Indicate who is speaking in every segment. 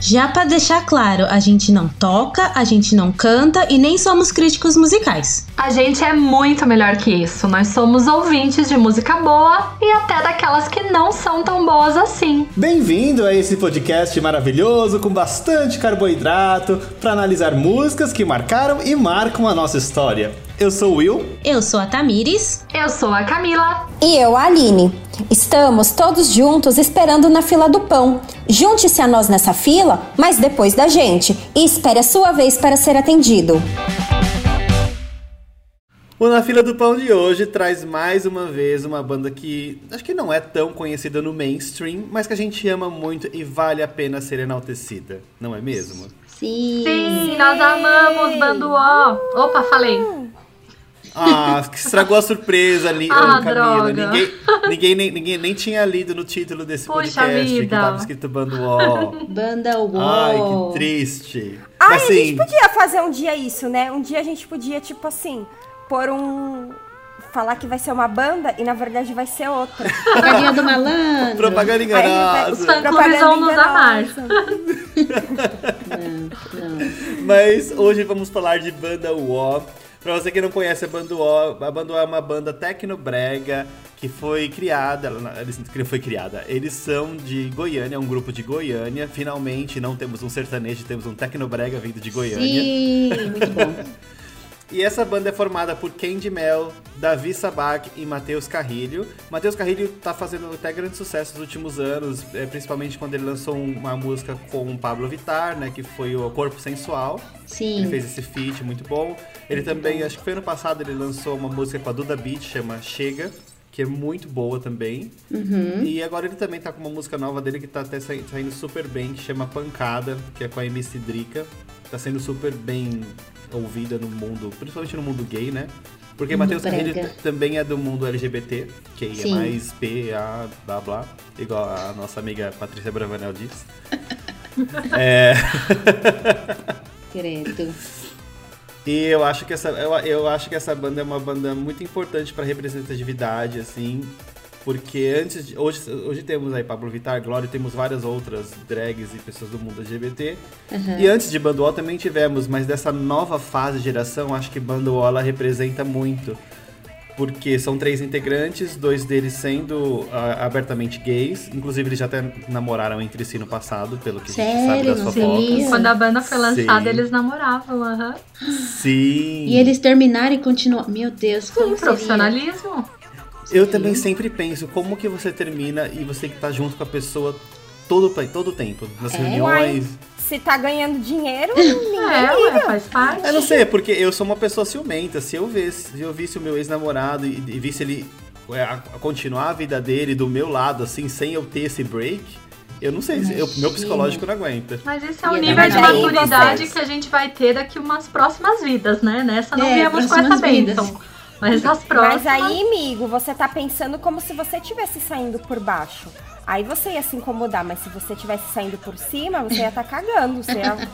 Speaker 1: Já para deixar claro, a gente não toca, a gente não canta e nem somos críticos musicais.
Speaker 2: A gente é muito melhor que isso. Nós somos ouvintes de música boa e até daquelas que não são tão boas assim.
Speaker 3: Bem-vindo a esse podcast maravilhoso com bastante carboidrato para analisar músicas que marcaram e marcam a nossa história. Eu sou o Will.
Speaker 1: Eu sou a Tamires.
Speaker 2: Eu sou a Camila.
Speaker 4: E eu, a Aline. Estamos todos juntos esperando na fila do pão. Junte-se a nós nessa fila, mas depois da gente. E espere a sua vez para ser atendido.
Speaker 3: O Na Fila do Pão de hoje traz mais uma vez uma banda que acho que não é tão conhecida no mainstream, mas que a gente ama muito e vale a pena ser enaltecida, não é mesmo?
Speaker 1: Sim.
Speaker 2: Sim, nós amamos Bando O. Opa, falei.
Speaker 3: Ah, que estragou a surpresa ali,
Speaker 2: Ah,
Speaker 3: ô, Camila.
Speaker 2: droga.
Speaker 3: Ninguém, ninguém, nem, ninguém nem tinha lido no título desse
Speaker 2: Puxa
Speaker 3: podcast que
Speaker 2: vida.
Speaker 3: tava escrito Bando O.
Speaker 1: Banda UOL.
Speaker 3: Ai, que triste. Assim,
Speaker 5: Ai,
Speaker 3: Mas,
Speaker 5: a gente podia fazer um dia isso, né? Um dia a gente podia, tipo assim, pôr um. Falar que vai ser uma banda e na verdade vai ser outra.
Speaker 1: Carinha do malandro.
Speaker 3: propaganda
Speaker 5: Aí vai-
Speaker 3: enganosa.
Speaker 2: fã-clubes
Speaker 5: propaganda
Speaker 2: vão nos
Speaker 5: enganosa.
Speaker 2: amar.
Speaker 3: Mas hoje vamos falar de Banda UO. Pra você que não conhece a Banda UO, a Banda UO é uma banda tecnobrega que foi criada, ela não- eles que foi criada. Eles são de Goiânia, é um grupo de Goiânia. Finalmente não temos um sertanejo, temos um tecnobrega vindo de Goiânia.
Speaker 1: Sim, muito bom.
Speaker 3: E essa banda é formada por Candy Mel, Davi Sabac e Matheus Carrilho. Matheus Carrilho tá fazendo até grande sucesso nos últimos anos, eh, principalmente quando ele lançou um, uma música com o Pablo Vittar, né, que foi o Corpo Sensual. Ele
Speaker 1: Sim.
Speaker 3: fez esse feat muito bom. Ele também, acho que foi ano passado, ele lançou uma música com a Duda Beat, chama Chega, que é muito boa também.
Speaker 1: Uhum.
Speaker 3: E agora ele também tá com uma música nova dele que tá até sai- saindo super bem, que chama Pancada, que é com a MC Drica. Tá sendo super bem ouvida no mundo, principalmente no mundo gay, né? Porque
Speaker 1: Mundo
Speaker 3: Matheus Carrilho
Speaker 1: brega.
Speaker 3: t- também é do mundo LGBT, que é
Speaker 1: Sim.
Speaker 3: mais P, A, blá blá, igual a nossa amiga Patrícia Bravanel diz.
Speaker 1: Credo.
Speaker 3: E eu acho que essa, eu, eu acho que essa banda é uma banda muito importante pra representatividade, assim. Porque antes de, hoje, hoje temos aí Pablo Vittar, Glória, temos várias outras drags e pessoas do mundo LGBT.
Speaker 1: Uhum.
Speaker 3: E antes de Banduol também tivemos, mas dessa nova fase de geração, acho que Banduol ela representa muito. Porque são três integrantes, dois deles sendo ah, abertamente gays. Inclusive, eles já até namoraram entre si no passado, pelo que a gente sabe
Speaker 1: Sério?
Speaker 3: das
Speaker 1: Não
Speaker 3: fofocas.
Speaker 1: sabia.
Speaker 2: Quando a banda foi lançada,
Speaker 3: Sim.
Speaker 2: eles namoravam. aham.
Speaker 3: Sim.
Speaker 1: E eles terminaram e continuam. Meu Deus, como
Speaker 2: Sim,
Speaker 1: seria?
Speaker 2: profissionalismo.
Speaker 3: Eu também sempre penso como que você termina e você que tá junto com a pessoa todo todo o tempo, nas
Speaker 1: É?
Speaker 3: reuniões.
Speaker 5: Se tá ganhando dinheiro,
Speaker 2: É, ué, faz parte.
Speaker 3: Eu não sei, porque eu sou uma pessoa ciumenta. Se eu visse, se eu visse o meu ex-namorado e, e visse ele é, a- a continuar a vida dele do meu lado, assim, sem eu ter esse break, eu não sei, se- eu- meu
Speaker 1: Imagina.
Speaker 3: psicológico não aguenta.
Speaker 2: Mas esse é o
Speaker 1: E
Speaker 2: nível de
Speaker 5: vai daí
Speaker 2: maturidade
Speaker 5: vocês.
Speaker 2: que a gente vai ter daqui umas próximas vidas, né? Nessa não
Speaker 1: É,
Speaker 2: viemos com essa
Speaker 1: próximas vidas.
Speaker 2: bênção. Mas as próximas.
Speaker 5: mas aí, amigo, você tá pensando como se você estivesse saindo por baixo. Aí você ia se incomodar, mas se você estivesse saindo por cima, você ia estar tá cagando. Você ia...
Speaker 1: é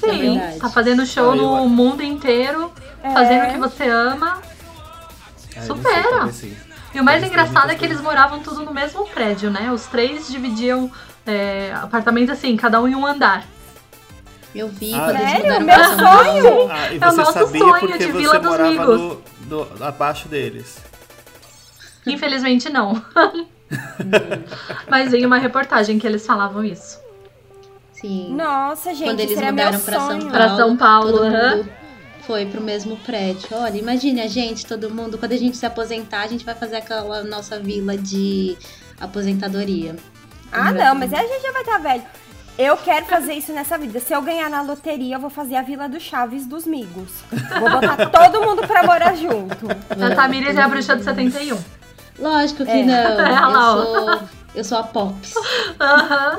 Speaker 2: sim,
Speaker 1: verdade.
Speaker 2: tá fazendo show
Speaker 3: Ah, eu
Speaker 2: no
Speaker 3: acho.
Speaker 2: mundo inteiro, fazendo o que você ama.
Speaker 3: Ah, eu não
Speaker 2: Supera.
Speaker 3: sei, talvez sim.
Speaker 2: E o mais
Speaker 3: Eles têm
Speaker 2: engraçado é
Speaker 3: muitas
Speaker 2: que eles moravam tudo no mesmo prédio, né? Os três dividiam é, apartamento assim, cada um em um andar.
Speaker 1: Eu vi
Speaker 3: Ah,
Speaker 1: quando eles
Speaker 5: sério?
Speaker 1: mudaram
Speaker 5: Meu
Speaker 1: pra São
Speaker 5: sonho?
Speaker 1: Paulo.
Speaker 3: Ah, e
Speaker 2: É o
Speaker 3: você
Speaker 2: nosso
Speaker 3: sabia
Speaker 2: sonho
Speaker 3: porque
Speaker 2: de
Speaker 3: você
Speaker 2: Vila dos
Speaker 3: morava
Speaker 2: Migos.
Speaker 3: no, do- abaixo deles.
Speaker 2: Infelizmente não. Mas em uma reportagem que eles falavam isso.
Speaker 1: Sim.
Speaker 5: Nossa, gente,
Speaker 1: quando eles
Speaker 5: seria
Speaker 1: mudaram
Speaker 5: meu
Speaker 1: pra São
Speaker 5: sonho.
Speaker 1: Paulo.
Speaker 2: Pra São Paulo,
Speaker 1: todo
Speaker 2: aham.
Speaker 1: mundo foi pro mesmo prédio. Olha, imagine a gente, todo mundo, quando a gente se aposentar, a gente vai fazer aquela nossa vila de aposentadoria.
Speaker 5: Ah, não, mas aí a gente já vai estar velho. Eu quero fazer isso nessa vida. Se eu ganhar na loteria, eu vou fazer a Vila do Chaves dos Migos. Vou botar todo mundo pra morar junto.
Speaker 2: A Tamires é a bruxa de 71.
Speaker 1: Lógico que
Speaker 5: É.
Speaker 2: Olha lá,
Speaker 1: não.
Speaker 2: ó.
Speaker 1: Eu sou, eu sou a Pops.
Speaker 2: Aham.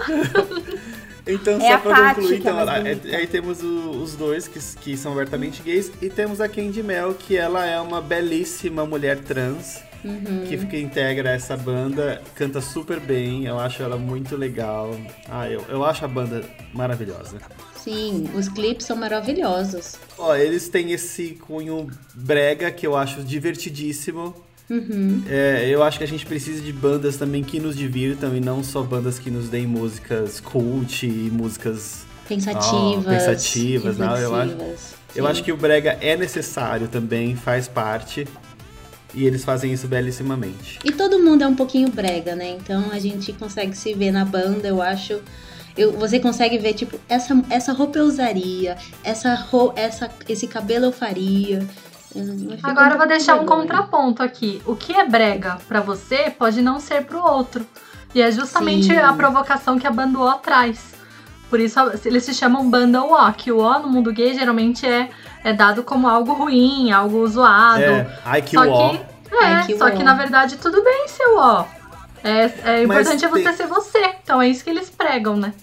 Speaker 3: Então,
Speaker 5: É
Speaker 3: só
Speaker 5: a
Speaker 3: pra
Speaker 5: Paty
Speaker 3: concluir,
Speaker 5: que é
Speaker 3: então,
Speaker 5: mais
Speaker 3: a- é-
Speaker 5: bonita.
Speaker 3: aí temos o- os dois que, s- que são abertamente gays e temos a Candy Mel, que ela é uma belíssima mulher trans
Speaker 5: Uhum.
Speaker 3: que fica, integra essa banda, canta super bem, eu acho ela muito legal. Ah, eu, eu acho a banda maravilhosa.
Speaker 1: Sim, os clipes são maravilhosos.
Speaker 3: Ó, eles têm esse cunho brega que eu acho divertidíssimo.
Speaker 5: Uhum.
Speaker 3: É, eu acho que a gente precisa de bandas também que nos divirtam e não só bandas que nos deem músicas cult e músicas
Speaker 1: Pensativas.
Speaker 3: Oh, pensativas, não, eu acho-
Speaker 1: reflexivas.
Speaker 3: Eu
Speaker 1: Sim.
Speaker 3: acho que o brega é necessário também, faz parte. E eles fazem isso belíssimamente.
Speaker 1: E todo mundo é um pouquinho brega, né? Então a gente consegue se ver na banda, eu acho. Eu, você consegue ver, tipo, essa, essa roupa eu usaria, essa, ro- essa, esse cabelo eu faria. Eu não- eu fico
Speaker 2: Agora eu
Speaker 1: um
Speaker 2: vou deixar um
Speaker 1: pouco vergonha.
Speaker 2: contraponto aqui. O que é brega pra você pode não ser pro outro. E é justamente
Speaker 1: Sim.
Speaker 2: a provocação que a banda O traz. Por isso eles se chamam banda O, que o O no mundo gay geralmente é, é dado como algo ruim, algo zoado.
Speaker 3: É, ai que
Speaker 2: Ah, só
Speaker 3: uó.
Speaker 2: que, é,
Speaker 1: Ai, que
Speaker 2: só
Speaker 1: uó.
Speaker 2: que na verdade tudo bem ser o O. É, é
Speaker 3: Mas
Speaker 2: importante é você
Speaker 3: tem-
Speaker 2: ser você. Então é isso que eles pregam, né?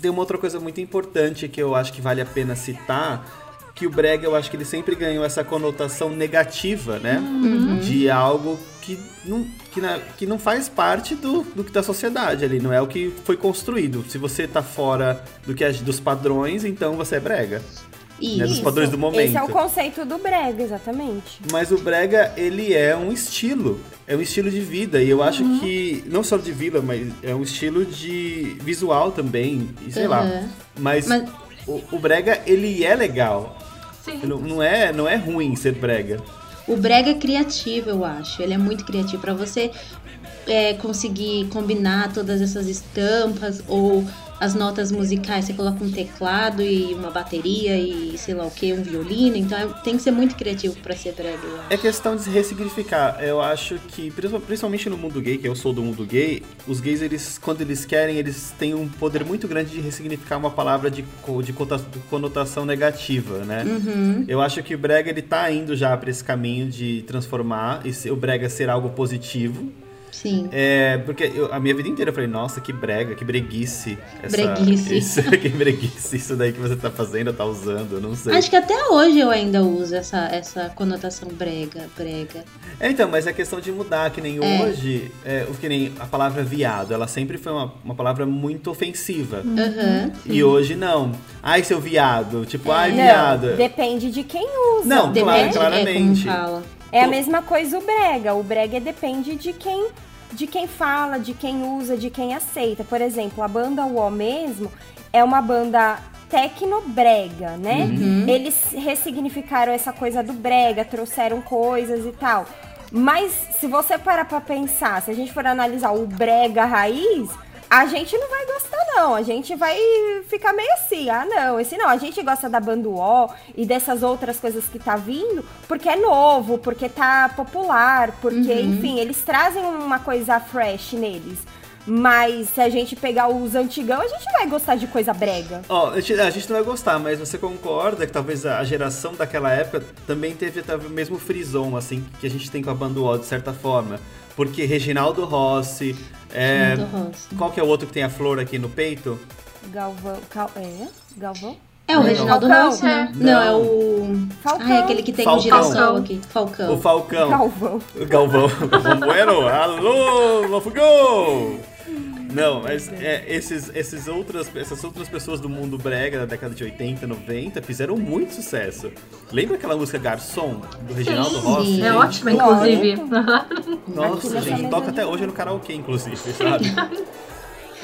Speaker 3: Tem uma outra coisa muito importante que eu acho que vale a pena citar, que o brega eu acho que ele sempre ganhou essa conotação negativa, né?
Speaker 2: Uhum.
Speaker 3: De algo que não, que, na- que não faz parte do, do que da sociedade ali, não é o que foi construído. Se você tá fora do que é- dos padrões, então você é brega. né, dos
Speaker 1: Isso.
Speaker 3: padrões do momento.
Speaker 5: Esse é o conceito do brega, exatamente.
Speaker 3: Mas o brega, ele é um estilo. É um estilo de vida. E eu
Speaker 1: Uhum.
Speaker 3: acho que, não só de vida, mas é um estilo de visual também. E É, sei lá.
Speaker 1: Uhum.
Speaker 3: Mas,
Speaker 1: Mas-
Speaker 3: O, o brega, ele é legal.
Speaker 2: Sim.
Speaker 3: Não, não é, não é ruim ser brega.
Speaker 1: O brega é criativo, eu acho. Ele é muito criativo. Pra você é, conseguir combinar todas essas estampas ou as notas musicais, você coloca um teclado e uma bateria e sei lá o que, um violino. Então é- tem que ser muito criativo pra ser brega, eu acho.
Speaker 3: É questão de ressignificar. Eu acho que, princi- principalmente no mundo gay, que eu sou do mundo gay, os gays, eles, quando eles querem, eles têm um poder muito grande de ressignificar uma palavra de, co- de cota- conotação negativa, né?
Speaker 1: Uhum.
Speaker 3: Eu acho que o Brega ele tá indo já pra esse caminho de transformar e se- o Brega ser algo positivo.
Speaker 1: Sim.
Speaker 3: É, porque eu- a minha vida inteira eu falei, nossa, que brega, que breguice. Essa,
Speaker 1: Breguice.
Speaker 3: Isso, que breguice, isso daí que você tá fazendo, tá usando, eu não sei.
Speaker 1: Acho que até hoje eu ainda uso essa, essa conotação brega, brega.
Speaker 3: É, então, mas é questão de mudar, que nem hoje, é, o que nem a palavra viado, ela sempre foi uma, uma palavra muito ofensiva.
Speaker 1: Uhum.
Speaker 5: Uhum.
Speaker 1: Aham.
Speaker 3: E hoje não. Ai, seu viado. Tipo, ai,
Speaker 1: É.
Speaker 5: Não,
Speaker 3: viado.
Speaker 5: depende de quem usa.
Speaker 3: Não, claro,
Speaker 1: Depende, é como
Speaker 3: claramente.
Speaker 1: fala.
Speaker 5: É a mesma coisa o brega. O brega depende de quem de quem fala, de quem usa, de quem aceita. Por exemplo, a banda UO mesmo é uma banda tecnobrega, né? Eles ressignificaram essa coisa do brega, trouxeram coisas e tal. Mas se você parar pra pensar, se a gente for analisar o brega raiz, a gente não vai gostar não, a gente vai ficar meio assim, ah não, esse não, a gente gosta da banda UO e dessas outras coisas que tá vindo, porque é novo, porque tá popular, porque,
Speaker 2: Uhum.
Speaker 5: enfim, eles trazem uma coisa fresh neles. Mas se a gente pegar os antigão, a gente vai gostar de coisa brega.
Speaker 3: Ó, a gente- a gente não vai gostar, mas você concorda que talvez a a geração daquela época também teve talvez, o mesmo frison, assim, que a gente tem com a banda UO, de certa forma. Porque Reginaldo Rossi, é,
Speaker 1: Muito rosa.
Speaker 3: qual que é o outro que tem a flor aqui no peito?
Speaker 5: Galvão, Cal- é? Galvão?
Speaker 1: É o
Speaker 3: Não.
Speaker 1: Reginaldo
Speaker 5: Falcão,
Speaker 1: Rossi, né?
Speaker 3: né?
Speaker 1: Não, é o.
Speaker 5: Falcão.
Speaker 1: Ah, é aquele que tem um
Speaker 3: Falcão.
Speaker 1: girassol aqui. Falcão.
Speaker 3: O Então. Falcão.
Speaker 5: Galvão.
Speaker 3: O Galvão. Galvão Bueno. Alô, Lofugol! Não, mas é, esses, esses outras, essas outras pessoas do mundo brega da década de 80, 90 fizeram muito sucesso. Lembra aquela música Garçom, do Reginaldo
Speaker 2: Sim,
Speaker 3: Rossi?
Speaker 1: sim.
Speaker 2: É
Speaker 3: gente?
Speaker 2: ótimo,
Speaker 5: Claro.
Speaker 2: inclusive.
Speaker 1: Aqui
Speaker 3: Nossa,
Speaker 1: nessa
Speaker 3: gente,
Speaker 5: mesa
Speaker 3: toca
Speaker 5: de
Speaker 3: até
Speaker 5: som.
Speaker 3: hoje no karaokê, inclusive, sabe?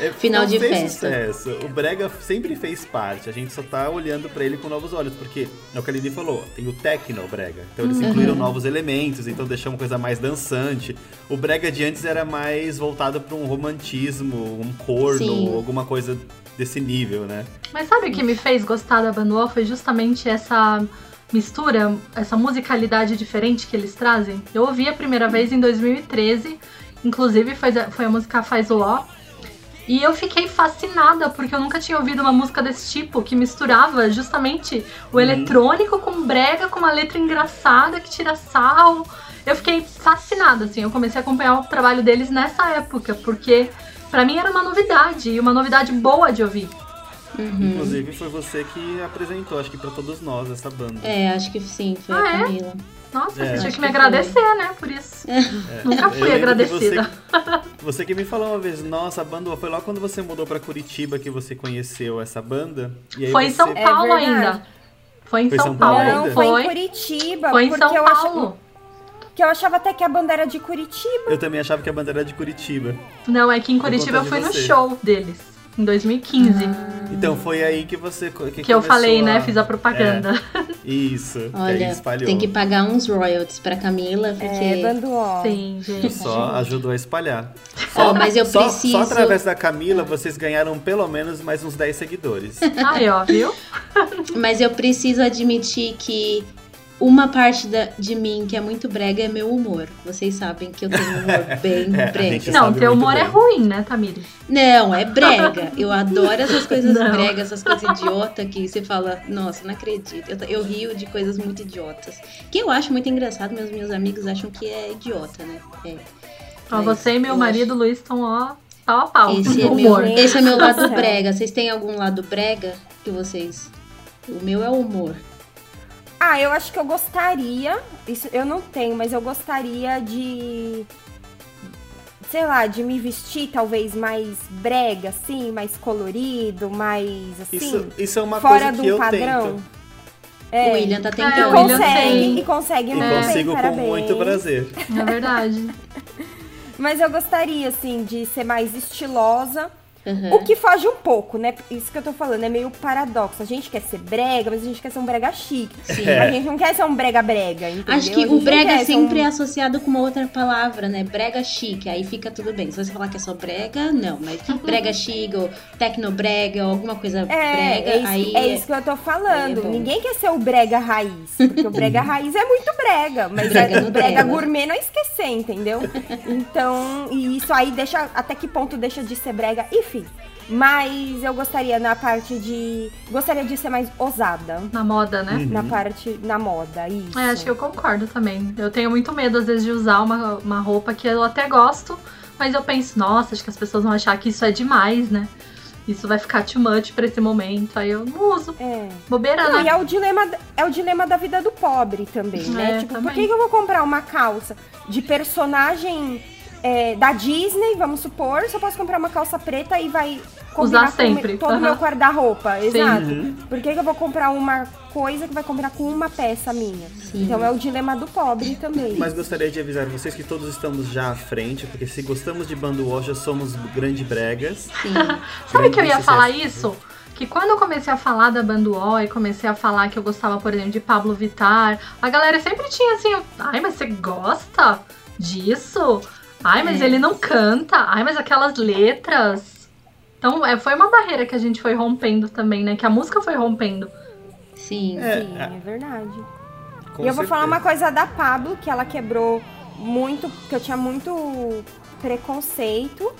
Speaker 3: É,
Speaker 1: Final de
Speaker 3: fez
Speaker 1: festa.
Speaker 3: Sucesso. é O Brega sempre fez parte, a gente só tá olhando pra ele com novos olhos, porque é o que a Lili falou, tem o Tecno Brega. Então eles
Speaker 1: Uhum.
Speaker 3: incluíram novos elementos, então deixou uma coisa mais dançante. O Brega de antes era mais voltado pra um romantismo, um corno,
Speaker 1: Sim.
Speaker 3: alguma coisa desse nível, né?
Speaker 2: Mas sabe o que me fez gostar da Bando Wall foi justamente essa mistura, essa musicalidade diferente que eles trazem. Eu ouvi a primeira vez em 2013, inclusive foi, foi a música Faz o Ó. E eu fiquei fascinada porque eu nunca tinha ouvido uma música desse tipo que misturava justamente o eletrônico com brega, com uma letra engraçada que tira sarro. Eu fiquei fascinada, assim. Eu comecei a acompanhar o trabalho deles nessa época, porque pra mim era uma novidade, e uma novidade boa de ouvir.
Speaker 1: Uhum.
Speaker 3: Inclusive foi você que apresentou, acho que pra todos nós, essa banda.
Speaker 1: É, acho que sim, foi
Speaker 2: Ah,
Speaker 1: a
Speaker 2: é?
Speaker 1: Camila.
Speaker 2: Nossa,
Speaker 3: É.
Speaker 2: você tinha
Speaker 1: Acho
Speaker 2: que me
Speaker 1: que
Speaker 2: agradecer, né? Por isso.
Speaker 5: É.
Speaker 2: Nunca
Speaker 3: Eu
Speaker 2: fui
Speaker 3: lembro que
Speaker 2: agradecida.
Speaker 3: Você, você que me falou uma vez, nossa, a banda foi logo quando você mudou pra Curitiba que você conheceu essa banda. E aí
Speaker 2: Foi então, em
Speaker 3: você-
Speaker 2: São
Speaker 5: É
Speaker 2: Paulo
Speaker 5: verdade.
Speaker 2: ainda. Foi em
Speaker 3: Foi em
Speaker 2: São,
Speaker 3: São Paulo
Speaker 2: Paulo.
Speaker 5: Não,
Speaker 3: ainda?
Speaker 5: foi, em
Speaker 2: Foi.
Speaker 5: Curitiba.
Speaker 2: Foi em
Speaker 5: porque
Speaker 2: São
Speaker 5: eu Achava,
Speaker 2: Paulo.
Speaker 5: que eu achava até que a banda era de Curitiba.
Speaker 3: Eu também achava que a banda era de Curitiba.
Speaker 2: Não, é que em
Speaker 3: Por
Speaker 2: Curitiba eu
Speaker 3: conta
Speaker 2: fui
Speaker 3: de
Speaker 2: no
Speaker 3: você.
Speaker 5: Ah.
Speaker 2: show deles. Em 2015.
Speaker 3: Então foi aí que você. Que,
Speaker 2: Que eu
Speaker 3: começou
Speaker 2: falei, né?
Speaker 3: a-
Speaker 2: Fiz a propaganda.
Speaker 3: Isso. que aí
Speaker 1: Olha,
Speaker 3: espalhou.
Speaker 1: tem que pagar uns royalties pra Camila,
Speaker 5: É,
Speaker 1: porque.
Speaker 5: dando ó.
Speaker 2: Sim, gente.
Speaker 3: Só ajudou a espalhar.
Speaker 1: Ó, mas eu
Speaker 3: Só,
Speaker 1: preciso.
Speaker 3: só através da Camila vocês ganharam pelo menos mais uns 10 seguidores.
Speaker 2: Aí, ó, viu?
Speaker 1: Mas eu preciso admitir que uma parte da- de mim que é muito brega é meu humor. Vocês sabem que eu tenho um humor bem
Speaker 3: É, a gente
Speaker 1: brega.
Speaker 2: Não,
Speaker 3: sabe
Speaker 2: teu
Speaker 3: muito
Speaker 2: humor
Speaker 3: bem.
Speaker 2: é ruim, né, Tamires?
Speaker 1: Não, é brega. Eu adoro essas coisas
Speaker 2: Não.
Speaker 1: bregas, essas coisas idiota que você fala, nossa, não acredito. Eu, t- eu rio de coisas muito idiotas. Que eu acho muito engraçado, mas meus amigos acham que é idiota, né? É.
Speaker 2: Ó,
Speaker 1: Mas
Speaker 2: você e meu
Speaker 1: eu
Speaker 2: marido Luiz estão, ó, pau a pau.
Speaker 1: Esse é,
Speaker 2: no
Speaker 1: meu,
Speaker 2: humor.
Speaker 5: Humor.
Speaker 1: esse é meu lado
Speaker 5: Nossa.
Speaker 1: brega. Vocês têm algum lado brega que vocês. O meu é o humor.
Speaker 5: Ah, eu acho que eu gostaria. Isso eu não tenho, mas eu gostaria de. Sei lá, de me vestir talvez mais brega, assim, mais colorido, mais assim.
Speaker 3: Isso, isso é uma
Speaker 5: fora
Speaker 3: coisa
Speaker 5: do
Speaker 3: que eu
Speaker 5: padrão.
Speaker 3: tento.
Speaker 1: O William tá
Speaker 5: E
Speaker 2: É, o
Speaker 1: tentando.
Speaker 2: William tem.
Speaker 5: consegue, e consegue
Speaker 3: E
Speaker 5: muito bem,
Speaker 3: consigo com
Speaker 5: parabéns.
Speaker 3: muito prazer.
Speaker 2: É verdade.
Speaker 5: Mas eu gostaria, assim, de ser mais estilosa.
Speaker 1: Aham.
Speaker 5: O que foge um pouco, né? Isso que eu tô falando é meio paradoxo. A gente quer ser brega, mas a gente quer ser um brega chique.
Speaker 1: Sim.
Speaker 3: É.
Speaker 5: A gente não quer ser um brega brega, entendeu?
Speaker 1: Acho que
Speaker 5: A
Speaker 1: o
Speaker 5: gente não
Speaker 1: brega
Speaker 5: quer ser
Speaker 1: sempre
Speaker 5: um-
Speaker 1: é associado com uma outra palavra, né? Brega chique, aí fica tudo bem. Se você falar que é só brega, não, mas brega chique, ou tecnobrega, ou alguma coisa
Speaker 5: É,
Speaker 1: brega,
Speaker 5: é isso,
Speaker 1: aí.
Speaker 5: é isso que eu tô falando.
Speaker 1: aí é bom.
Speaker 5: Ninguém quer ser o brega raiz. Porque o brega raiz é muito brega. Mas
Speaker 1: Brega
Speaker 5: é-
Speaker 1: não
Speaker 5: o brega
Speaker 1: brega.
Speaker 5: gourmet não é esquecer, entendeu? Então, e isso aí deixa. Até que ponto deixa de ser brega? Enfim. Mas eu gostaria na parte de. Gostaria de ser mais ousada.
Speaker 2: Na moda, né?
Speaker 5: Na parte. Na moda. Isso.
Speaker 2: É, acho que eu concordo também. Eu tenho muito medo, às vezes, de usar uma, uma roupa que eu até gosto, mas eu penso, nossa, acho que as pessoas vão achar que isso é demais, né? Isso vai ficar too much pra esse momento. Aí eu não uso.
Speaker 5: É.
Speaker 2: Bobeira,
Speaker 5: Não, e
Speaker 2: né?
Speaker 5: é o dilema, é o dilema da vida do pobre também, né?
Speaker 2: É,
Speaker 5: tipo, por
Speaker 2: também.
Speaker 5: que que eu vou comprar uma calça de personagem é, da Disney, vamos supor, se eu posso comprar uma calça preta e vai combinar
Speaker 2: Usar sempre.
Speaker 5: com todo o
Speaker 2: Aham.
Speaker 5: meu guarda-roupa?
Speaker 2: Sim.
Speaker 5: Exato.
Speaker 3: Uhum.
Speaker 5: Por que que eu vou comprar uma coisa que vai combinar com uma peça minha?
Speaker 1: Sim.
Speaker 5: Então é o dilema do pobre também.
Speaker 3: Mas gostaria de avisar vocês que todos estamos já à frente, porque se gostamos de bando Wash, somos grande bregas.
Speaker 1: Sim.
Speaker 2: Sabe que eu ia
Speaker 3: Grande sucesso.
Speaker 2: falar isso? Que quando eu comecei a falar da Banduol e comecei a falar que eu gostava, por exemplo, de Pablo Vittar, a galera sempre tinha assim, ai, mas você gosta disso? Ai, mas
Speaker 1: É.
Speaker 2: ele não canta. Ai, mas aquelas letras. Então, é, foi uma barreira que a gente foi rompendo também, né? Que a música foi rompendo.
Speaker 1: Sim.
Speaker 5: Sim,
Speaker 3: É,
Speaker 5: é verdade.
Speaker 3: com
Speaker 5: e eu vou
Speaker 3: certeza.
Speaker 5: falar uma coisa da Pablo, que ela quebrou muito, que eu tinha muito preconceito.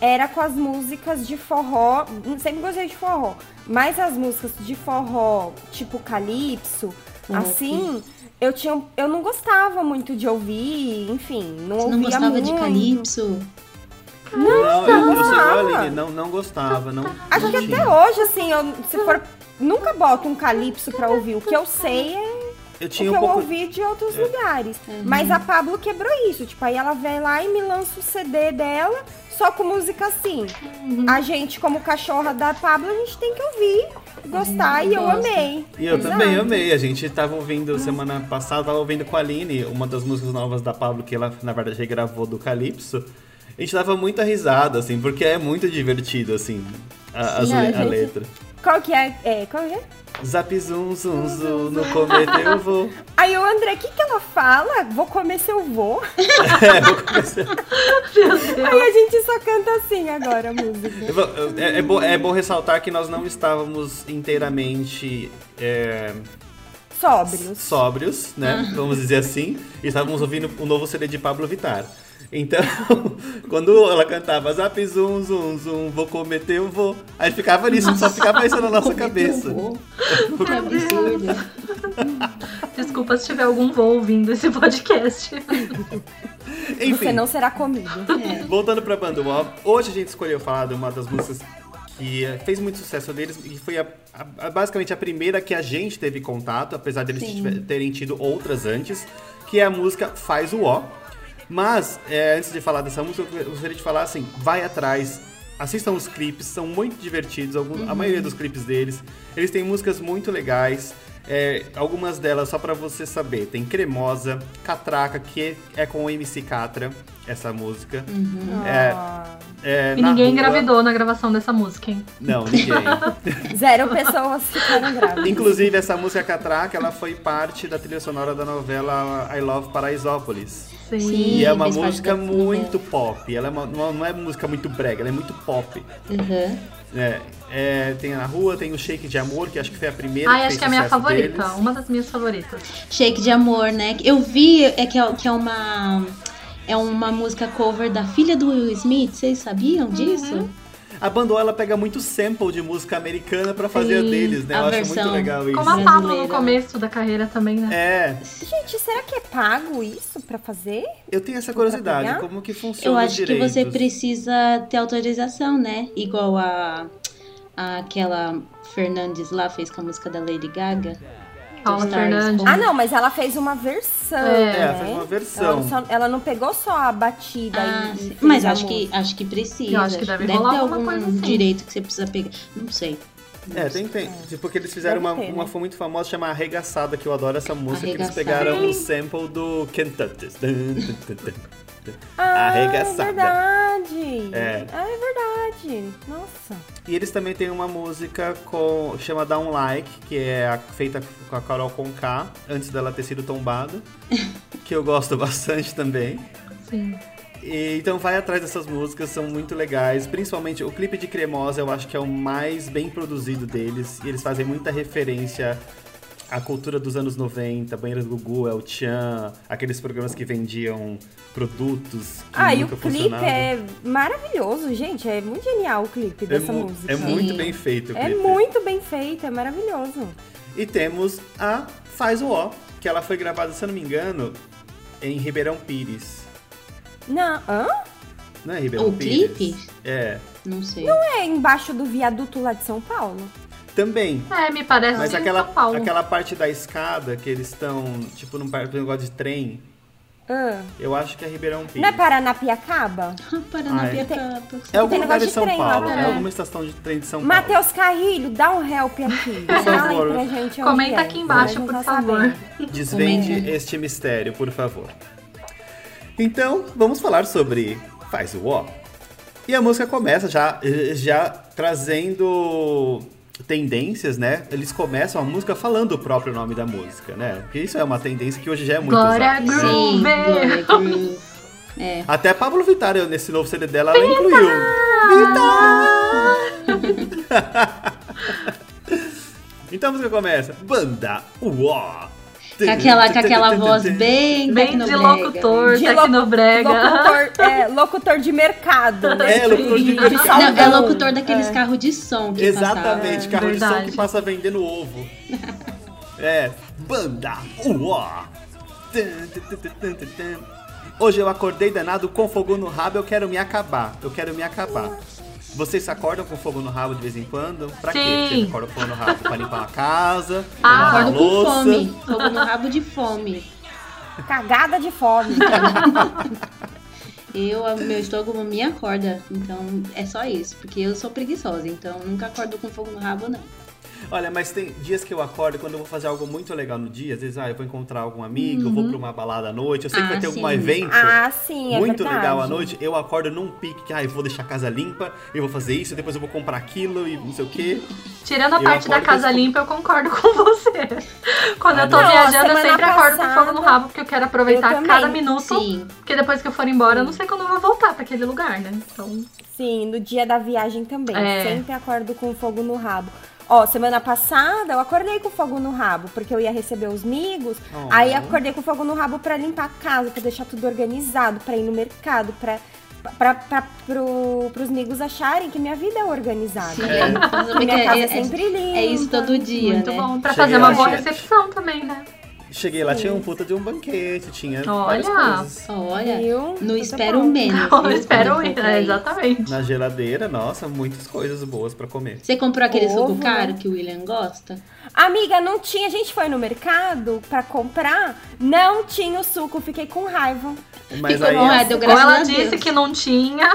Speaker 5: Era com as músicas de forró. Sempre gostei de forró. Mas as músicas de forró, tipo calypso,
Speaker 1: Uhum.
Speaker 5: assim, eu, tinha, eu não gostava muito de ouvir, enfim, não
Speaker 1: Você
Speaker 5: ouvia
Speaker 1: não gostava
Speaker 5: muito.
Speaker 1: de calypso?
Speaker 3: Não, eu, eu sou igual a
Speaker 5: gostava.
Speaker 3: Aline, não, não gostava. Não,
Speaker 5: Acho
Speaker 3: não
Speaker 5: que
Speaker 3: tinha.
Speaker 5: até hoje, assim, eu, se for. Nunca boto um calypso pra ouvir. O que eu sei é
Speaker 3: Eu
Speaker 5: o que
Speaker 3: tinha um
Speaker 5: eu
Speaker 3: pouco.
Speaker 5: ouvi de outros lugares. Mas a Pablo quebrou isso. Tipo, aí ela vai lá e me lança o CD dela, só com música assim. A gente, como cachorra da Pablo, a gente tem que ouvir, gostar, e eu
Speaker 1: gosta.
Speaker 5: amei.
Speaker 3: E eu
Speaker 5: Exato.
Speaker 3: também amei. A gente tava ouvindo semana passada, tava ouvindo com a Aline, uma das músicas novas da Pablo, que ela, na verdade, regravou do Calypso. A gente dava muita risada, assim, porque é muito divertido, assim, a, as
Speaker 1: Sim,
Speaker 3: le-
Speaker 1: a
Speaker 5: é,
Speaker 3: a
Speaker 1: gente-
Speaker 3: letra.
Speaker 5: Qual que é? é qual que é?
Speaker 3: Zap zum zum zum, no cometa eu vou.
Speaker 5: Aí o André, o que, que ela fala? Vou comer seu vô.
Speaker 3: É, vou começar.
Speaker 5: Aí a gente só canta assim agora a música.
Speaker 3: Eu vou- eu- É, é bom, é bom ressaltar que nós não estávamos inteiramente é,
Speaker 5: Sóbrios.
Speaker 3: sóbrios, né? Vamos dizer assim. E estávamos ouvindo o novo CD de Pablo Vittar. Então, quando ela cantava zap zum zum zum, vou cometer, eu vou. Aí ficava nisso, só ficava isso na
Speaker 1: é
Speaker 3: nossa cabeça.
Speaker 1: Que absurdo.
Speaker 2: Desculpa se tiver algum voo ouvindo esse podcast.
Speaker 3: É
Speaker 5: Você
Speaker 3: Enfim,
Speaker 5: não será comido.
Speaker 1: É.
Speaker 3: voltando pra Bando Wall, hoje a gente escolheu falar de uma das músicas que eh, fez muito sucesso deles e foi a- a- a- basicamente a primeira que a gente teve contato, apesar deles
Speaker 1: Sim.
Speaker 3: tiver- terem tido outras antes, que é a música Faz o Ó. Mas, eh, antes de falar dessa música, eu gostaria de falar assim, vai atrás, assistam os clipes, são muito divertidos, algum- a maioria dos clipes deles. Eles têm músicas muito legais, eh, é algumas delas, só pra você saber, tem Cremosa, Catraca, que é com o MC Catra, essa música.
Speaker 5: Ah.
Speaker 3: É,
Speaker 2: E
Speaker 3: na
Speaker 2: ninguém
Speaker 3: rua-
Speaker 2: engravidou na gravação dessa música, hein?
Speaker 3: Não, ninguém.
Speaker 5: Zero pessoas ficaram grávidas.
Speaker 3: Inclusive, essa música Catraca, ela foi parte da trilha sonora da novela I Love Paraisópolis.
Speaker 2: Sim.
Speaker 1: Sim.
Speaker 3: E é uma
Speaker 1: fez parte
Speaker 3: música
Speaker 1: da
Speaker 3: muito pop. Ela é uma- não não é música muito brega, ela é muito pop.
Speaker 1: Uhum.
Speaker 3: É, é, tem na rua, tem o Shake de Amor, que acho que foi a primeira.
Speaker 2: Ai,
Speaker 3: fez
Speaker 2: acho que é a minha
Speaker 3: sucesso
Speaker 2: favorita.
Speaker 3: deles.
Speaker 2: Uma das minhas favoritas.
Speaker 1: Shake de Amor, né? Eu vi é que é, que é uma é uma música cover da filha do Will Smith, vocês sabiam disso?
Speaker 2: Uhum.
Speaker 3: A Bandol, ela pega muito sample de música americana pra fazer
Speaker 1: Sim,
Speaker 3: a deles, né?
Speaker 1: a
Speaker 3: Eu acho
Speaker 1: versão.
Speaker 3: muito legal isso.
Speaker 2: Como assim? a Pablo no
Speaker 1: Brasileira.
Speaker 2: começo da carreira também, né?
Speaker 3: É,
Speaker 5: Gente, será que é pago isso pra fazer?
Speaker 3: eu tenho essa
Speaker 5: pegar?
Speaker 3: curiosidade, como que funciona
Speaker 1: Eu
Speaker 3: os
Speaker 1: acho que você
Speaker 3: direitos?
Speaker 1: precisa ter autorização, né? Igual a, a aquela Fernandes lá fez com a música da Lady Gaga.
Speaker 2: Paula
Speaker 1: Stars.
Speaker 2: Fernandes.
Speaker 5: Ah, não, mas ela fez uma versão,
Speaker 2: É,
Speaker 5: né?
Speaker 3: É, faz uma
Speaker 5: Ela não,
Speaker 3: versão.
Speaker 5: só- ela não pegou só a batida
Speaker 1: Ah,
Speaker 5: e- e
Speaker 1: sim.
Speaker 5: fez
Speaker 1: mas
Speaker 5: a
Speaker 1: acho que,
Speaker 5: música.
Speaker 1: acho que precisa.
Speaker 2: Eu acho que deve rolar
Speaker 1: ter
Speaker 2: alguma
Speaker 1: né? algum
Speaker 2: coisa assim.
Speaker 1: direito que você precisa pegar. Não sei. Não
Speaker 3: É,
Speaker 1: sei.
Speaker 3: tem, tem. Porque eles fizeram
Speaker 5: Deve
Speaker 3: uma,
Speaker 5: ter, né?
Speaker 3: uma fã muito famosa chamada Arregaçada, que eu adoro essa música, que
Speaker 1: Arregaçada.
Speaker 3: eles pegaram
Speaker 2: Sim.
Speaker 3: um sample do Kentucky.
Speaker 5: Ah,
Speaker 3: Arregaçada.
Speaker 5: É verdade.
Speaker 3: É.
Speaker 5: Ah, é verdade. Nossa.
Speaker 3: E eles também têm uma música com chama Dá um Like, que é a- feita com a Carol Conká, antes dela ter sido tombada, que eu gosto bastante também.
Speaker 2: Sim.
Speaker 3: E, então vai atrás dessas músicas, são muito legais. Principalmente o clipe de Cremosa, eu acho que é o mais bem produzido deles. E eles fazem muita referência à cultura dos anos 90, Banheiras do Gugu, El Chan, aqueles programas que vendiam produtos que
Speaker 5: ah, e o
Speaker 3: nunca
Speaker 5: clipe
Speaker 3: funcionavam.
Speaker 5: é maravilhoso, gente. É muito genial o clipe
Speaker 3: É
Speaker 5: dessa
Speaker 3: mu-
Speaker 5: música.
Speaker 3: é muito
Speaker 1: Sim.
Speaker 3: bem feito o
Speaker 5: É
Speaker 3: clipe.
Speaker 5: muito bem feito, é maravilhoso.
Speaker 3: E temos a Faz o Ó, que ela foi gravada, se eu não me engano, em Ribeirão Pires.
Speaker 5: Não, hã?
Speaker 3: Não é Ribeirão
Speaker 1: O
Speaker 3: Pires?
Speaker 1: clipe?
Speaker 3: É.
Speaker 1: Não sei.
Speaker 5: É embaixo do viaduto lá de São Paulo.
Speaker 3: Também.
Speaker 2: É, me parece
Speaker 3: Mas
Speaker 2: de
Speaker 3: aquela,
Speaker 2: São Paulo.
Speaker 3: aquela parte da escada que eles estão, tipo, num par- num negócio de trem,
Speaker 5: Hã?
Speaker 3: eu acho que é Ribeirão Pires.
Speaker 5: Não é Paranapiacaba?
Speaker 1: Paranapiacaba.
Speaker 3: É algum lugar
Speaker 5: tem negócio
Speaker 3: de
Speaker 5: de
Speaker 3: São
Speaker 5: trem lá,
Speaker 3: Paulo,
Speaker 5: né?
Speaker 3: é alguma estação de trem de São Paulo.
Speaker 5: Matheus Carrilho, dá um help aqui.
Speaker 3: favor.
Speaker 5: Fala aí pra gente onde
Speaker 2: Comenta
Speaker 5: é,
Speaker 2: aqui embaixo,
Speaker 5: nós
Speaker 2: por
Speaker 5: não
Speaker 2: favor.
Speaker 5: sabemos.
Speaker 3: Desvende
Speaker 1: Comenta.
Speaker 3: este mistério, por favor. Então, vamos falar sobre Faz o Ó. E a música começa já, já trazendo tendências, né? Eles começam a música falando o próprio nome da música, né? Porque isso é uma tendência que hoje já é muito
Speaker 2: Glória
Speaker 3: usada. né?
Speaker 1: Sim,
Speaker 2: Groove.
Speaker 1: Glória Groove. É.
Speaker 3: Até a Pablo Vittar, eu- nesse novo CD dela, ela incluiu. Vittar! então a música começa. Banda Uó.
Speaker 1: Com aquela, com aquela voz bem
Speaker 2: Bem de
Speaker 1: tecnobrega.
Speaker 2: locutor,
Speaker 5: De
Speaker 2: tecnobrega.
Speaker 5: Locutor, é, locutor de mercado, né?
Speaker 3: É, locutor de mercado.
Speaker 1: Não, é
Speaker 5: Salvador.
Speaker 1: locutor daqueles carros de som que
Speaker 3: Exatamente,
Speaker 1: passavam.
Speaker 3: carro de som
Speaker 2: verdade.
Speaker 3: que passa vendendo ovo. é, Banda Uó. Tum, tum, tum, tum, tum, tum. Hoje eu acordei danado com fogo no rabo, eu quero me acabar. Eu quero me acabar. Vocês se acordam com fogo no rabo de vez em quando? Pra quê?
Speaker 2: Sim.
Speaker 3: Vocês acordam com fogo no rabo pra limpar a casa,
Speaker 2: Ah,
Speaker 3: lavar a
Speaker 1: Acordo com
Speaker 3: louça.
Speaker 1: fome. Fogo no rabo de fome.
Speaker 5: Cagada de fome.
Speaker 1: Eu, a- meu estômago me acorda. Então é só isso. Porque eu sou preguiçosa. Então nunca acordo com fogo no rabo, não.
Speaker 3: Olha, mas tem dias que eu acordo quando eu vou fazer algo muito legal no dia. Às vezes, ah, eu vou encontrar algum amigo, eu vou pra uma balada à noite. Eu sei que
Speaker 1: Uhum. Ah,
Speaker 3: vai ter
Speaker 1: sim.
Speaker 3: algum evento.
Speaker 5: Ah, sim, é
Speaker 3: muito
Speaker 5: verdade.
Speaker 3: legal à noite, eu acordo num pique que, ah, eu vou deixar a casa limpa, eu vou fazer isso, depois eu vou comprar aquilo e não sei o quê.
Speaker 2: Tirando a
Speaker 3: Eu
Speaker 2: parte da
Speaker 3: acordo
Speaker 2: casa
Speaker 3: com-
Speaker 2: limpa, eu concordo com você. Quando
Speaker 3: Ah,
Speaker 2: eu tô
Speaker 5: não. Não,
Speaker 2: viajando, eu
Speaker 5: semana
Speaker 2: sempre acordo com
Speaker 5: passada-
Speaker 2: fogo no rabo, porque eu quero aproveitar
Speaker 5: Eu
Speaker 2: cada
Speaker 5: também.
Speaker 2: minuto.
Speaker 1: Sim.
Speaker 2: Porque depois que eu for embora, eu não sei quando eu vou voltar pra aquele lugar, né? Então,
Speaker 5: Sim, no dia da viagem também.
Speaker 2: É.
Speaker 5: Sempre acordo com fogo no rabo. Ó, semana passada eu acordei com fogo no rabo, porque eu ia receber os migos.
Speaker 3: Oh.
Speaker 5: Aí acordei com fogo no rabo pra limpar a casa, pra deixar tudo organizado, pra ir no mercado, pra, pra, pra, pro, pros migos acharem que minha vida é organizada.
Speaker 1: Sim.
Speaker 5: né? Que minha casa é, sempre limpa.
Speaker 1: é isso todo dia,
Speaker 2: muito
Speaker 1: né?
Speaker 2: bom. Pra
Speaker 3: Cheguei
Speaker 2: fazer uma
Speaker 3: lá,
Speaker 2: boa
Speaker 3: gente.
Speaker 2: recepção também, né?
Speaker 3: Cheguei lá, tinha um puta de um banquete, tinha
Speaker 2: Olha!
Speaker 3: várias coisas.
Speaker 1: Olha,
Speaker 5: Viu?
Speaker 1: não
Speaker 5: Tudo
Speaker 1: espero um
Speaker 5: bom.
Speaker 1: menos.
Speaker 2: Eu
Speaker 1: viu?
Speaker 2: espero
Speaker 1: Quando
Speaker 2: ir.
Speaker 1: for
Speaker 2: É,
Speaker 1: aí.
Speaker 2: exatamente.
Speaker 3: Na geladeira, nossa, muitas coisas boas pra comer.
Speaker 1: Você comprou aquele
Speaker 5: Ovo,
Speaker 1: suco caro
Speaker 5: né?
Speaker 1: que o William gosta?
Speaker 5: Amiga, não tinha. A gente foi no mercado pra comprar, não tinha o suco, fiquei com raiva.
Speaker 3: Mas
Speaker 1: Ficou
Speaker 3: aí,
Speaker 1: bom, é, deu
Speaker 2: Ou
Speaker 1: graças
Speaker 2: ela
Speaker 1: a
Speaker 2: disse
Speaker 1: Deus.
Speaker 2: que não tinha,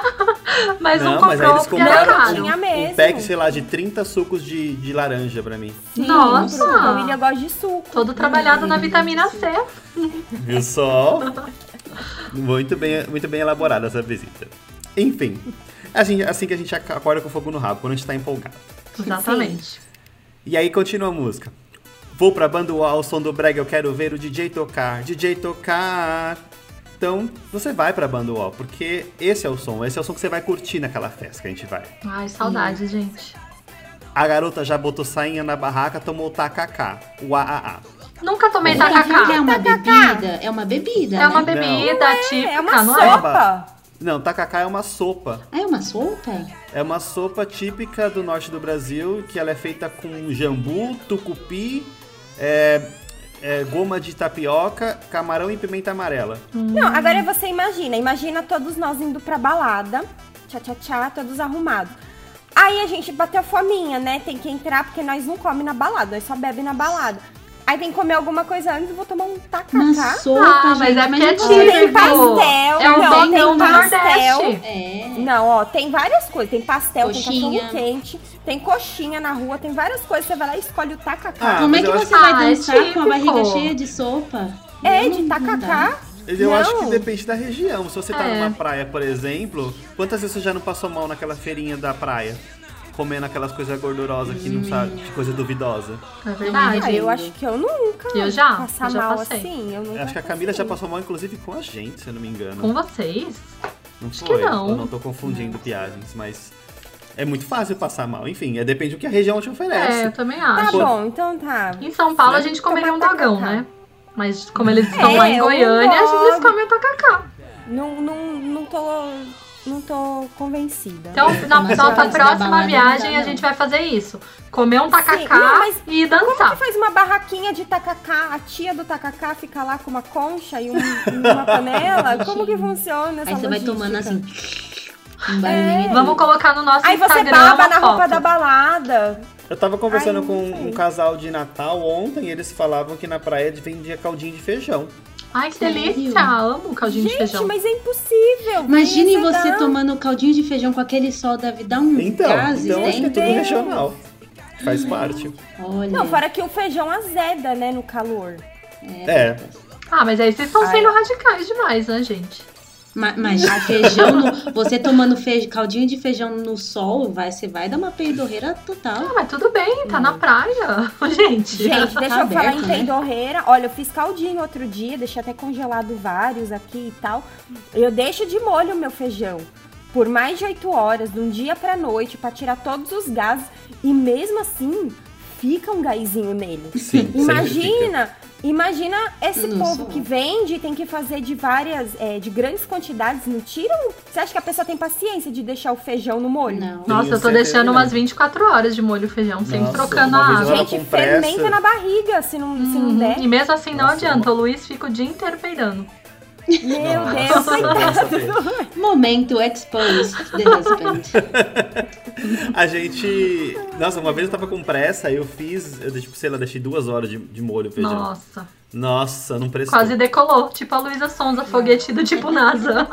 Speaker 2: mas não,
Speaker 3: não, mas aí
Speaker 2: comprou
Speaker 3: eles
Speaker 2: porque era
Speaker 3: compraram
Speaker 2: caro.
Speaker 5: Tinha
Speaker 3: um, um
Speaker 5: mesmo.
Speaker 3: pack, sei lá, de 30 sucos de, de laranja pra mim.
Speaker 2: Nossa!
Speaker 5: A família gosta de suco. Uhum.
Speaker 2: Todo trabalhado na vitamina C.
Speaker 3: Viu só? Muito bem, muito bem elaborada essa visita. Enfim, assim, assim que a gente acorda com fogo no rabo, quando a gente tá empolgado.
Speaker 2: Exatamente.
Speaker 3: E aí continua a música. Vou pra banda UOL, ao som do brega, eu quero ver o DJ tocar, DJ tocar. Então, você vai pra banda UOL, porque esse é o som, esse é o som que você vai curtir naquela festa que a gente vai.
Speaker 2: Ai, saudade, gente.
Speaker 3: A garota já botou sainha na barraca, tomou tacacá, o AAA.
Speaker 2: Nunca tomei
Speaker 1: Tacacá é
Speaker 2: tacacá.
Speaker 1: uma bebida, é uma bebida,
Speaker 2: Tá É uma
Speaker 1: né?
Speaker 2: bebida típica,
Speaker 5: É uma
Speaker 2: não é?
Speaker 5: sopa.
Speaker 3: Não, tacacá é uma sopa.
Speaker 1: Ah, é uma sopa?
Speaker 3: É uma sopa típica do norte do Brasil, que ela é feita com jambu, tucupi, é, é, goma de tapioca, camarão e pimenta amarela.
Speaker 5: Não, agora você imagina. Imagina todos nós indo pra balada. Tchá, tchá, tchá, todos arrumados. Aí a gente bateu fominha, né? Tem que entrar, porque nós não come na balada, nós só bebe na balada. Aí tem que comer alguma coisa antes, eu vou tomar um
Speaker 1: Uma
Speaker 5: tacacá.
Speaker 1: sopa,
Speaker 2: Ah, mas
Speaker 1: gente,
Speaker 2: é porque é
Speaker 1: não
Speaker 2: típico.
Speaker 1: pode.
Speaker 5: Tem pastel,
Speaker 2: é
Speaker 5: não,
Speaker 2: o
Speaker 5: tem
Speaker 2: bendão do
Speaker 5: pastel.
Speaker 3: Ah,
Speaker 2: Nordeste.
Speaker 1: É.
Speaker 5: Não, ó, tem várias coisas. Tem pastel, tem
Speaker 1: Coxinha.
Speaker 5: cachorro quente, tem coxinha na rua, tem várias coisas. Você vai lá e escolhe o tacacá.
Speaker 3: Ah,
Speaker 1: Como
Speaker 3: mas
Speaker 1: é que
Speaker 3: eu
Speaker 1: você
Speaker 2: acho- Ah,
Speaker 1: vai
Speaker 2: é
Speaker 1: dançar com a barriga
Speaker 2: típico. tá
Speaker 1: cheia de sopa?
Speaker 5: é,
Speaker 1: Não,
Speaker 5: de
Speaker 1: não dá.
Speaker 5: tacacá.
Speaker 3: Eu
Speaker 5: Não.
Speaker 3: acho que depende da região. Se você tá
Speaker 2: É.
Speaker 3: numa praia, por exemplo, quantas vezes você já não passou mal naquela feirinha da praia? Comendo aquelas coisas gordurosas que
Speaker 2: Hum.
Speaker 3: não sabe, de coisa duvidosa.
Speaker 2: É verdade.
Speaker 5: Ah, eu
Speaker 1: Entendo.
Speaker 5: acho que eu nunca
Speaker 2: Eu já,
Speaker 5: passar
Speaker 2: Ah, eu já
Speaker 5: mal
Speaker 2: passei.
Speaker 5: assim.
Speaker 3: Eu
Speaker 5: Eu nunca
Speaker 3: Acho que é a Camila já
Speaker 5: passei.
Speaker 3: passou mal, inclusive, com a gente, se eu não me engano.
Speaker 2: Com vocês?
Speaker 3: Não
Speaker 2: Acho
Speaker 3: foi?
Speaker 2: que não.
Speaker 3: Eu não tô confundindo piagens, mas é muito fácil passar mal. Enfim, é, depende do que a região te
Speaker 2: É,
Speaker 3: oferece.
Speaker 2: eu também
Speaker 5: Tá
Speaker 2: acho.
Speaker 3: Pô.
Speaker 5: bom, então tá.
Speaker 2: Em São Paulo a gente comeria um
Speaker 5: Tomar
Speaker 2: dogão,
Speaker 5: tacacá.
Speaker 2: né? Mas como eles estão
Speaker 5: É,
Speaker 2: lá em
Speaker 5: um
Speaker 2: Goiânia, eles
Speaker 5: dog.
Speaker 2: comem tacacá.
Speaker 5: Não, não, não tô. Não tô convencida.
Speaker 2: Então, na
Speaker 1: Mas
Speaker 2: nossa
Speaker 1: pra- pra balada
Speaker 2: próxima
Speaker 1: não
Speaker 2: viagem,
Speaker 1: dá,
Speaker 2: a
Speaker 1: não.
Speaker 2: gente vai fazer isso. Comer um tacacá
Speaker 5: não, mas
Speaker 2: e
Speaker 5: Como que
Speaker 2: dançar.
Speaker 5: Então faz uma barraquinha de tacacá? A tia do tacacá fica lá com uma concha e um- uma panela? Como que funciona essa
Speaker 1: Aí você vai
Speaker 5: logística? É.
Speaker 1: tomando assim. Um barulhinho.
Speaker 2: Vamos colocar no nosso
Speaker 5: Aí você
Speaker 2: Instagram
Speaker 5: baba
Speaker 2: uma
Speaker 5: na
Speaker 2: foto.
Speaker 5: roupa da balada.
Speaker 3: Eu tava conversando
Speaker 5: Ai,
Speaker 3: com
Speaker 5: não sei.
Speaker 3: um casal de Natal ontem, e eles falavam que na praia vendia caldinho de feijão.
Speaker 2: Ai, que
Speaker 1: Sério?
Speaker 2: delícia. Amo um caldinho de
Speaker 5: Gente,
Speaker 2: feijão.
Speaker 5: mas é impossível.
Speaker 1: Imagine
Speaker 5: Isso
Speaker 1: você
Speaker 5: dá-
Speaker 1: tomando um caldinho de feijão com aquele sol da vida, dá um
Speaker 3: Então,
Speaker 1: gases
Speaker 3: então acho que é
Speaker 1: dentro.
Speaker 3: tudo regional. Faz parte.
Speaker 1: Olha.
Speaker 5: Não, fora que o feijão azeda, né, no calor.
Speaker 3: É.
Speaker 2: Ah, mas aí vocês estão
Speaker 5: Ai.
Speaker 2: sendo radicais demais, né, gente?
Speaker 1: Ma- Mas feijão, no- você tomando feijão, caldinho de feijão no sol, vai, você vai dar uma peidorreira total.
Speaker 2: Ah, mas tudo bem, tá na praia. Gente,
Speaker 5: Gente, deixa eu
Speaker 1: aberto,
Speaker 5: falar em
Speaker 1: né?
Speaker 5: peidorreira. Olha, eu fiz caldinho outro dia, deixei até congelado vários aqui e tal. Eu deixo de molho o meu feijão por mais de 8 horas, de um dia pra noite, pra tirar todos os gases. E mesmo assim, fica um gaizinho nele.
Speaker 3: Sim,
Speaker 5: Imagina, imagina esse
Speaker 1: Nossa.
Speaker 5: povo que vende e tem que fazer de várias, é, de grandes quantidades, não tiram? Você acha que a pessoa tem paciência de deixar o feijão no molho?
Speaker 1: Não.
Speaker 2: Nossa, eu tô
Speaker 3: certeza
Speaker 2: deixando
Speaker 3: que
Speaker 2: umas
Speaker 3: não.
Speaker 2: 24 horas de molho e feijão, sempre
Speaker 3: é Nossa,
Speaker 2: trocando
Speaker 3: uma
Speaker 2: a
Speaker 3: vez eu
Speaker 2: água.
Speaker 3: tava
Speaker 5: Gente,
Speaker 3: com pressa.
Speaker 5: fermenta na barriga se não, se não
Speaker 2: Uhum.
Speaker 5: der.
Speaker 2: E mesmo assim não
Speaker 3: Nossa,
Speaker 2: adianta, o Luiz fica o dia inteiro peidando.
Speaker 5: Meu
Speaker 3: Nossa,
Speaker 5: Deus,
Speaker 3: nossa,
Speaker 5: coitado.
Speaker 1: Momento exposed the husband.
Speaker 3: A gente. Nossa, uma vez eu tava com pressa, eu fiz. Eu, tipo, sei lá, deixei duas horas de, de molho feijão. Nossa,
Speaker 2: Nossa,
Speaker 3: não prestou.
Speaker 2: quase decolou, tipo a Luísa Sonza, foguete do tipo NASA.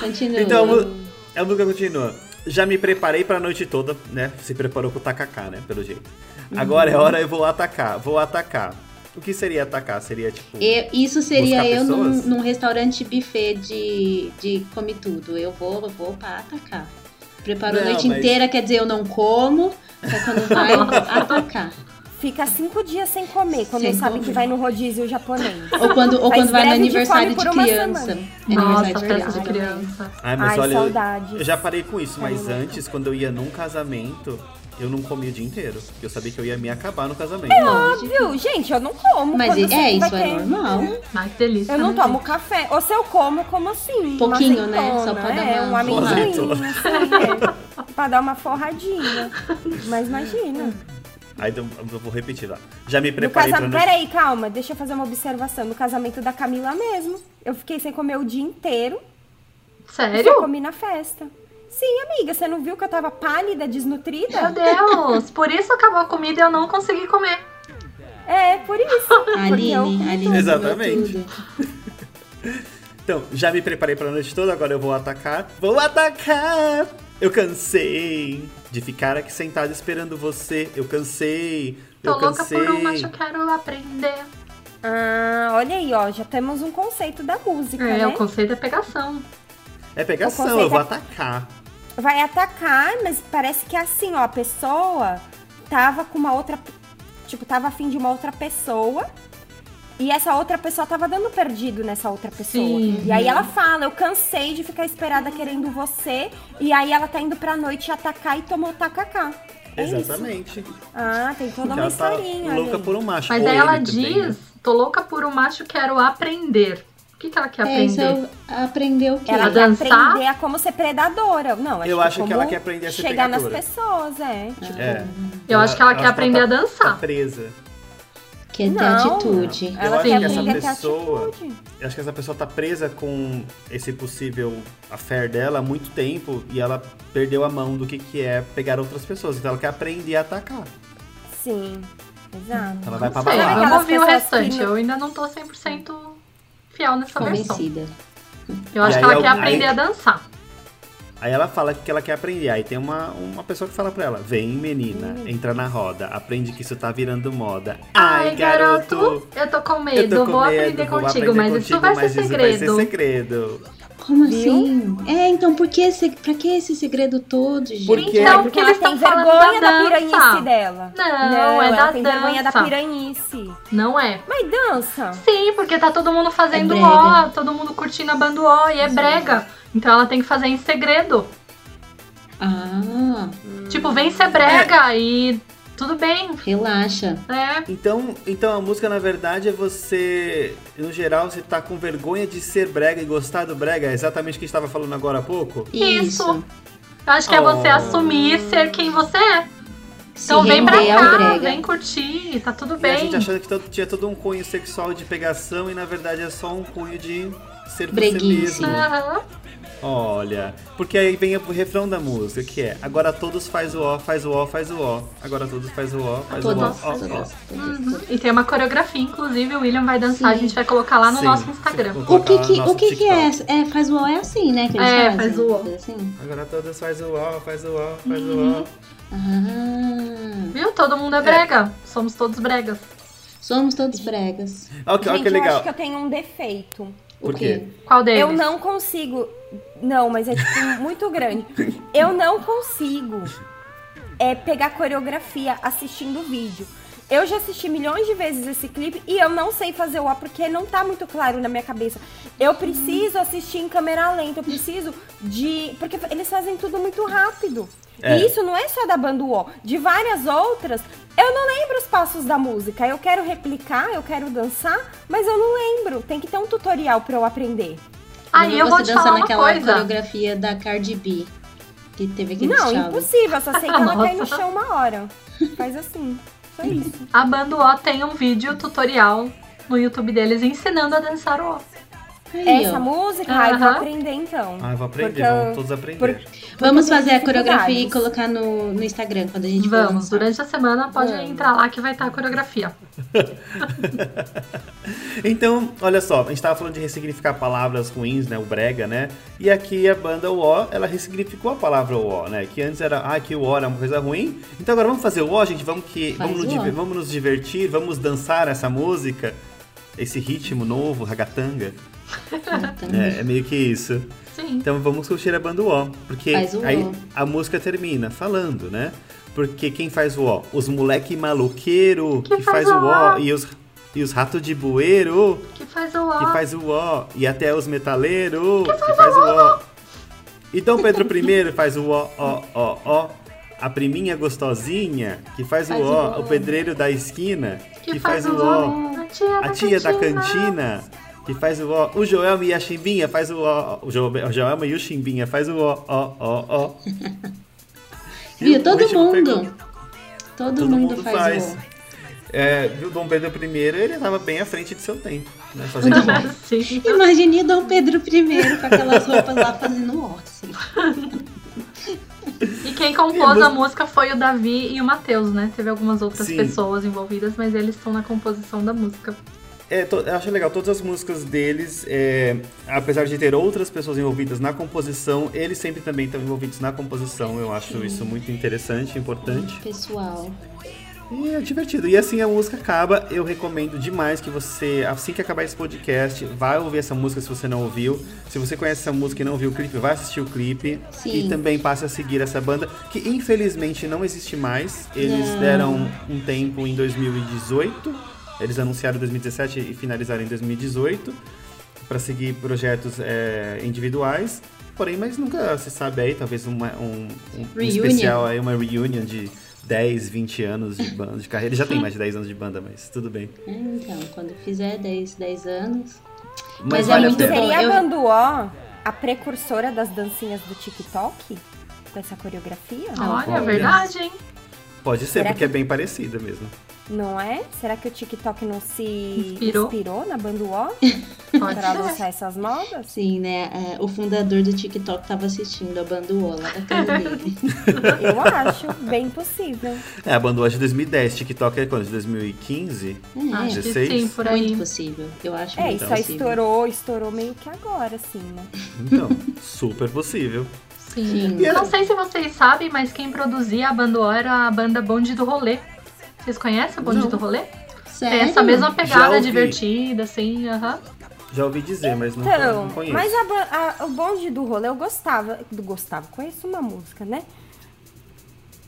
Speaker 1: Continua.
Speaker 3: Então, a mu- a música continua. Já me preparei pra noite toda, né? Se preparou com o tacacá, né? Pelo jeito. Agora é hora, eu vou atacar. Vou atacar. O que seria atacar? Seria tipo.
Speaker 1: Eu- isso seria
Speaker 3: Buscar
Speaker 1: eu num,
Speaker 3: pessoas?
Speaker 1: num restaurante buffet de, de come tudo. Eu vou, eu vou pra atacar. Preparou
Speaker 3: Não,
Speaker 1: a noite
Speaker 3: mas-
Speaker 1: inteira, quer dizer, eu não como. Só quando vai, eu vou atacar.
Speaker 5: Fica cinco dias sem comer quando
Speaker 1: Sem
Speaker 5: sabe
Speaker 1: comer. Ah,
Speaker 5: que vai no rodízio japonês.
Speaker 1: Ou quando, ou
Speaker 5: Faz
Speaker 1: quando vai
Speaker 5: greve
Speaker 1: no
Speaker 5: de
Speaker 1: aniversário
Speaker 5: fome
Speaker 1: de,
Speaker 5: por uma
Speaker 1: criança.
Speaker 5: semana.
Speaker 1: É
Speaker 2: Nossa,
Speaker 1: aniversário
Speaker 2: festa de
Speaker 1: né?
Speaker 2: criança.
Speaker 3: Ai, mas
Speaker 5: Ai,
Speaker 3: olha, eu-
Speaker 5: saudades.
Speaker 3: eu já parei com isso, mas
Speaker 5: Ai,
Speaker 3: antes, quando eu ia num casamento, eu não comia o dia inteiro. Porque eu sabia que eu ia me acabar no casamento.
Speaker 5: Óbvio, gente, eu não como.
Speaker 1: Mas
Speaker 5: quando você
Speaker 1: é,
Speaker 5: vai
Speaker 1: isso
Speaker 5: ter-
Speaker 1: é normal. Tá
Speaker 2: Ai, que delícia.
Speaker 5: Eu não
Speaker 2: né,
Speaker 5: tomo
Speaker 2: gente?
Speaker 5: café. Ou se eu como, como assim?
Speaker 1: Pouquinho,
Speaker 5: uma
Speaker 1: né? Só
Speaker 5: azeitona,
Speaker 1: pra dar
Speaker 5: é,
Speaker 1: uma-
Speaker 5: um amendoim,
Speaker 3: Uma azeitona.
Speaker 5: assim, é, pra dar uma forradinha. Mas
Speaker 1: Hum.
Speaker 5: imagina.
Speaker 3: Aí então, eu vou repetir lá. Já me
Speaker 5: No
Speaker 3: preparei pra
Speaker 5: casamento.
Speaker 3: noite.
Speaker 5: Peraí, calma, deixa eu fazer uma observação. No casamento da Camila mesmo. Eu fiquei sem comer o dia inteiro e só
Speaker 2: Sério?
Speaker 5: comi na festa. Sim, amiga, você não viu que eu tava pálida, desnutrida?
Speaker 2: Meu Deus, por isso acabou a comida e eu não consegui comer.
Speaker 5: É, por isso. Porque é um
Speaker 1: Aline,
Speaker 5: eu-
Speaker 1: Aline. comeu
Speaker 3: Exatamente.
Speaker 1: tudo.
Speaker 3: Então, já me preparei pra noite toda, agora eu vou atacar. Vou atacar! Eu cansei de ficar aqui sentado esperando você. Eu cansei.
Speaker 2: Tô
Speaker 3: eu
Speaker 2: louca
Speaker 3: cansei.
Speaker 2: por uma, eu quero aprender.
Speaker 5: Ah, olha aí, ó, já temos um conceito da música,
Speaker 2: É,
Speaker 5: né?
Speaker 2: o conceito é pegação.
Speaker 3: É
Speaker 5: O
Speaker 3: pegação,
Speaker 5: conceito
Speaker 3: eu vou
Speaker 5: é-
Speaker 3: atacar.
Speaker 5: Vai atacar, mas parece que é assim, ó, a pessoa tava com uma outra, tipo, tava afim de uma outra pessoa. E essa outra pessoa tava dando perdido nessa outra pessoa.
Speaker 2: Sim.
Speaker 5: E aí ela fala, eu cansei de ficar esperada querendo você. E aí ela tá indo pra noite atacar e tomou o tacacá. É isso.
Speaker 3: Exatamente.
Speaker 5: Ah, tem toda
Speaker 3: Porque
Speaker 5: uma
Speaker 3: ela tá
Speaker 5: historinha. olha
Speaker 3: louca
Speaker 5: aí.
Speaker 3: por um macho.
Speaker 2: Mas
Speaker 3: Ou
Speaker 2: aí
Speaker 3: ele
Speaker 2: ela
Speaker 3: também, né?
Speaker 2: diz: tô louca por um macho, quero aprender. O que, que ela quer
Speaker 1: É, isso
Speaker 2: aprender?
Speaker 1: eu aprender o quê?
Speaker 5: Ela
Speaker 2: A
Speaker 5: quer
Speaker 2: dançar?
Speaker 5: aprender a como ser predadora. Não, acho
Speaker 3: Eu acho que
Speaker 5: como
Speaker 3: ela quer aprender a ser
Speaker 5: Chegar nas
Speaker 3: pegadora.
Speaker 5: pessoas, é. Tipo,
Speaker 3: É.
Speaker 2: Eu acho que ela quer aprender a dançar.
Speaker 3: Tá presa.
Speaker 1: Que é ter
Speaker 5: Não.
Speaker 1: atitude.
Speaker 3: Eu
Speaker 5: Ela
Speaker 3: acho
Speaker 5: quer
Speaker 2: que essa
Speaker 5: aprender a ter
Speaker 3: pessoa-
Speaker 5: atitude.
Speaker 3: Eu acho que essa pessoa tá presa com esse possível affair dela há muito tempo e ela perdeu a mão do que, que é pegar outras pessoas. Então ela quer aprender a atacar.
Speaker 5: Sim, exato.
Speaker 3: Ela vai pra
Speaker 2: Sei,
Speaker 5: Sabe
Speaker 3: balada.
Speaker 2: vamos
Speaker 5: aquelas
Speaker 2: ouvir o
Speaker 5: pessoas
Speaker 2: restante.
Speaker 5: que não-
Speaker 2: Eu ainda não tô 100% fiel nessa versão.
Speaker 1: Convencida.
Speaker 2: Eu acho
Speaker 3: E
Speaker 2: que
Speaker 3: aí
Speaker 2: ela quer
Speaker 3: alguém-
Speaker 2: aprender a dançar.
Speaker 3: Aí ela fala que ela quer aprender. Aí tem uma, uma pessoa que fala pra ela: Vem, menina,
Speaker 2: Hum.
Speaker 3: entra na roda, aprende que isso tá virando moda. Ai, garoto!
Speaker 2: eu tô com medo,
Speaker 3: Eu tô com
Speaker 2: vou
Speaker 3: medo,
Speaker 2: aprender
Speaker 3: vou
Speaker 2: contigo, mas isso
Speaker 3: contigo,
Speaker 2: vai
Speaker 3: mas
Speaker 2: ser
Speaker 3: isso vai
Speaker 2: segredo.
Speaker 3: segredo.
Speaker 1: Como
Speaker 5: Viu?
Speaker 1: assim? É, então por que esse, pra que esse segredo todo, gente?
Speaker 3: Por quê?
Speaker 2: Então, porque
Speaker 5: Porque ela
Speaker 2: eles
Speaker 5: tem
Speaker 2: estão falando
Speaker 5: vergonha da,
Speaker 2: da dança.
Speaker 5: piranhice dela.
Speaker 2: Não, é
Speaker 5: ela
Speaker 2: da
Speaker 5: tem vergonha da
Speaker 2: dança.
Speaker 5: piranhice.
Speaker 2: Não é.
Speaker 5: Mas dança.
Speaker 2: Sim, porque tá todo mundo fazendo
Speaker 1: É
Speaker 2: ó,
Speaker 1: brega.
Speaker 2: todo mundo curtindo a banda ó e é brega. Então ela tem que fazer em segredo.
Speaker 1: Ah,
Speaker 2: Tipo, vem ser brega e tudo bem.
Speaker 1: relaxa.
Speaker 2: É,
Speaker 3: Então, então a música, na verdade, é você. No geral, você tá com vergonha de ser brega e gostar do brega. É exatamente o que a gente tava falando agora há pouco.
Speaker 2: É Isso.
Speaker 1: Isso.
Speaker 2: eu acho que é você
Speaker 3: Oh.
Speaker 2: assumir ser quem você é.
Speaker 1: Se
Speaker 2: Então vem pra
Speaker 1: render ao
Speaker 2: cá,
Speaker 1: brega.
Speaker 2: vem curtir, tá tudo
Speaker 3: E a
Speaker 2: bem.
Speaker 3: gente achando que todo- tinha todo um cunho sexual de pegação e na verdade é só um cunho de ser
Speaker 1: Breguice.
Speaker 3: você mesmo.
Speaker 2: Aham.
Speaker 3: Olha. Porque aí vem o refrão da música, que é agora todos faz o ó, faz o ó, faz o ó. Agora todos faz o ó, faz o ó,
Speaker 1: Todas,
Speaker 3: ó,
Speaker 1: todas,
Speaker 3: ó.
Speaker 1: todas.
Speaker 2: Uhum. E tem uma coreografia, inclusive, o William vai dançar, a
Speaker 1: Sim.
Speaker 2: gente vai colocar lá no
Speaker 3: Sim,
Speaker 2: nosso
Speaker 3: sim,
Speaker 2: Instagram.
Speaker 1: O que
Speaker 3: colocar lá
Speaker 1: que,
Speaker 3: no
Speaker 1: o
Speaker 3: nosso
Speaker 1: que, que
Speaker 3: TikTok.
Speaker 1: é? essa? É, faz o O é assim, né? Que eles
Speaker 2: É,
Speaker 1: fazem,
Speaker 2: faz o ó.
Speaker 1: coisa Assim?
Speaker 3: Agora todos faz o ó, faz o ó, faz o ó.
Speaker 1: Ah,
Speaker 2: Viu? Todo mundo é brega. Somos todos bregas.
Speaker 1: somos todos bregas.
Speaker 3: Olha que, olha
Speaker 5: Gente,
Speaker 3: que
Speaker 5: eu
Speaker 3: legal.
Speaker 5: acho que eu tenho um defeito.
Speaker 1: O
Speaker 3: Por quê?
Speaker 2: Qual deles?
Speaker 5: Eu não consigo. Não, mas é tipo muito grande. Eu não consigo é pegar coreografia assistindo vídeo. Eu já assisti milhões de vezes esse clipe e eu não sei fazer o A porque não tá muito claro na minha cabeça. Eu preciso assistir em câmera lenta, eu preciso de. Porque eles fazem tudo muito rápido.
Speaker 3: É.
Speaker 5: E isso não é só da banda UO, de várias outras. Eu não lembro os passos da música. Eu quero replicar, eu quero dançar, mas eu não lembro. Tem que ter um tutorial pra eu aprender.
Speaker 2: Aí eu
Speaker 1: você
Speaker 2: vou te
Speaker 1: dança
Speaker 2: falar uma
Speaker 1: um naquela
Speaker 2: coisa.
Speaker 1: coreografia da Cardi B. Que teve aquele
Speaker 5: Não,
Speaker 1: challenge.
Speaker 5: impossível. Eu só sei que ela cai no
Speaker 2: Nossa.
Speaker 5: chão uma hora. Faz assim. Só isso.
Speaker 2: A banda O tem um vídeo tutorial no YouTube deles ensinando a dançar o O.
Speaker 1: Aí, ó.
Speaker 2: é
Speaker 5: Essa música, ai, vou
Speaker 2: Aham.
Speaker 5: aprender então.
Speaker 3: Ah, eu vou aprender,
Speaker 5: Porque
Speaker 3: vamos
Speaker 5: eu-
Speaker 3: todos aprender.
Speaker 1: Vamos fazer a
Speaker 5: dificuldades.
Speaker 1: coreografia e colocar no, no Instagram quando a gente for
Speaker 2: Vamos, né?
Speaker 1: lançar.
Speaker 2: durante a semana pode
Speaker 5: Vamos.
Speaker 2: entrar lá que vai estar a coreografia.
Speaker 3: Então, olha só, a gente tava falando de ressignificar palavras ruins, né? O brega, né? E aqui a banda O, ela ressignificou a palavra O, né? Que antes era, ah, que o O era uma coisa ruim. Então agora vamos fazer o O, gente, vamos que
Speaker 1: Faz
Speaker 3: vamos, nos
Speaker 1: o ó.
Speaker 3: diver- vamos nos divertir, vamos dançar essa música, esse ritmo novo, ragatanga.
Speaker 1: Então,
Speaker 3: É, é meio que isso.
Speaker 2: Sim.
Speaker 3: Então vamos curtir a banda um O, porque
Speaker 1: Faz o
Speaker 3: aí
Speaker 1: ó.
Speaker 3: a música termina falando, né? Porque quem faz o O? Os moleque maluqueiro que,
Speaker 2: Que faz
Speaker 3: faz,
Speaker 2: o
Speaker 3: o
Speaker 2: ó.
Speaker 3: O e os e os ratos de bueiro
Speaker 2: Que faz o O.
Speaker 3: que faz o ó, e até os metaleiros, que faz, o ó. E Dom Pedro I faz o ó, ó, ó, ó. A priminha gostosinha, que faz,
Speaker 1: Faz
Speaker 3: o ó,
Speaker 1: o ó.
Speaker 3: o pedreiro da esquina, que, faz, o ó.
Speaker 2: A tia,
Speaker 3: A tia da cantina, que faz o ó. O Joelma e a Chimbinha faz o ó. O, jo, o Joelma e o Chimbinha faz o ó, ó, ó, ó. E
Speaker 1: Viu?
Speaker 3: o
Speaker 1: Todo
Speaker 3: último
Speaker 1: mundo.
Speaker 3: pergunta-
Speaker 1: Todo, mundo, faz, o
Speaker 3: É, viu, Dom Pedro I, ele tava bem à frente de seu tempo, né? Fazendo o ó.
Speaker 2: cantina. Sim.
Speaker 1: Imagine Dom Pedro I com aquelas roupas lá fazendo ó, assim.
Speaker 2: E quem compôs a música foi o Davi e o Matheus, né? Teve algumas outras
Speaker 3: Sim.
Speaker 2: pessoas envolvidas, mas eles estão na composição da música.
Speaker 3: É, to- eu acho legal, todas as músicas deles, é, apesar de ter outras pessoas envolvidas na composição, eles sempre também estão envolvidos na composição. Eu acho isso muito interessante, importante.
Speaker 1: Pessoal.
Speaker 3: E é divertido. E assim a música acaba. Eu recomendo demais que você, assim que acabar esse podcast, vá ouvir essa música se você não ouviu. Se você conhece essa música e não viu o clipe, vá assistir o clipe.
Speaker 1: Sim.
Speaker 3: E também passe a seguir essa banda, que infelizmente não existe mais. Eles deram um tempo em 2018. Eles anunciaram em 2017 e finalizaram em 2018 para seguir projetos é, individuais. Porém, mas nunca se sabe aí, talvez uma, um, um- um
Speaker 1: Reunion.
Speaker 3: especial aí, uma reunion de 10, 20 anos de banda, de carreira. Já tem mais de 10 anos de banda, mas tudo bem.
Speaker 1: É, então, quando fizer 10, 10 anos.
Speaker 3: Mas,
Speaker 1: Mas é
Speaker 3: vale
Speaker 1: muito
Speaker 3: a pena.
Speaker 1: bom.
Speaker 5: Seria
Speaker 1: eu-
Speaker 5: a Banduó a precursora das dancinhas do TikTok? Com essa coreografia?
Speaker 1: Ah.
Speaker 2: Olha,
Speaker 3: Ah, olha.
Speaker 2: é verdade, hein?
Speaker 3: Pode ser,
Speaker 5: Será
Speaker 3: porque é bem parecida mesmo.
Speaker 5: Não é? Será que o TikTok não se
Speaker 2: Inspirou.
Speaker 5: inspirou na Banduó
Speaker 2: Pode
Speaker 5: pra
Speaker 2: ser.
Speaker 5: lançar essas modas?
Speaker 1: Sim, né? é, o fundador do TikTok tava assistindo a banduola da casa dele.
Speaker 5: Eu acho bem possível.
Speaker 3: É, a banda de 2010, TikTok é quando? De 2015?
Speaker 1: É,
Speaker 2: Acho que
Speaker 3: 16?
Speaker 2: sim, por
Speaker 1: muito
Speaker 2: aí.
Speaker 1: possível. Eu acho
Speaker 5: É,
Speaker 1: muito
Speaker 5: isso aí
Speaker 1: possível.
Speaker 5: estourou, estourou meio que agora, assim, né?
Speaker 3: Então, super possível.
Speaker 2: Sim. Não
Speaker 3: E ela-
Speaker 2: sei se vocês sabem, mas quem produzia a Banduó era a banda Bonde do Rolê. Vocês conhecem a Bonde
Speaker 3: Não.
Speaker 2: do Rolê?
Speaker 1: Sério?
Speaker 2: É essa mesma
Speaker 3: Já
Speaker 2: pegada
Speaker 3: ouvi.
Speaker 2: divertida, assim, aham.
Speaker 3: Já ouvi dizer, mas não,
Speaker 5: Então,
Speaker 3: não conheço.
Speaker 5: mas a ba- a- o bonde do rolê eu gostava. Do gostava, conheço uma música, né?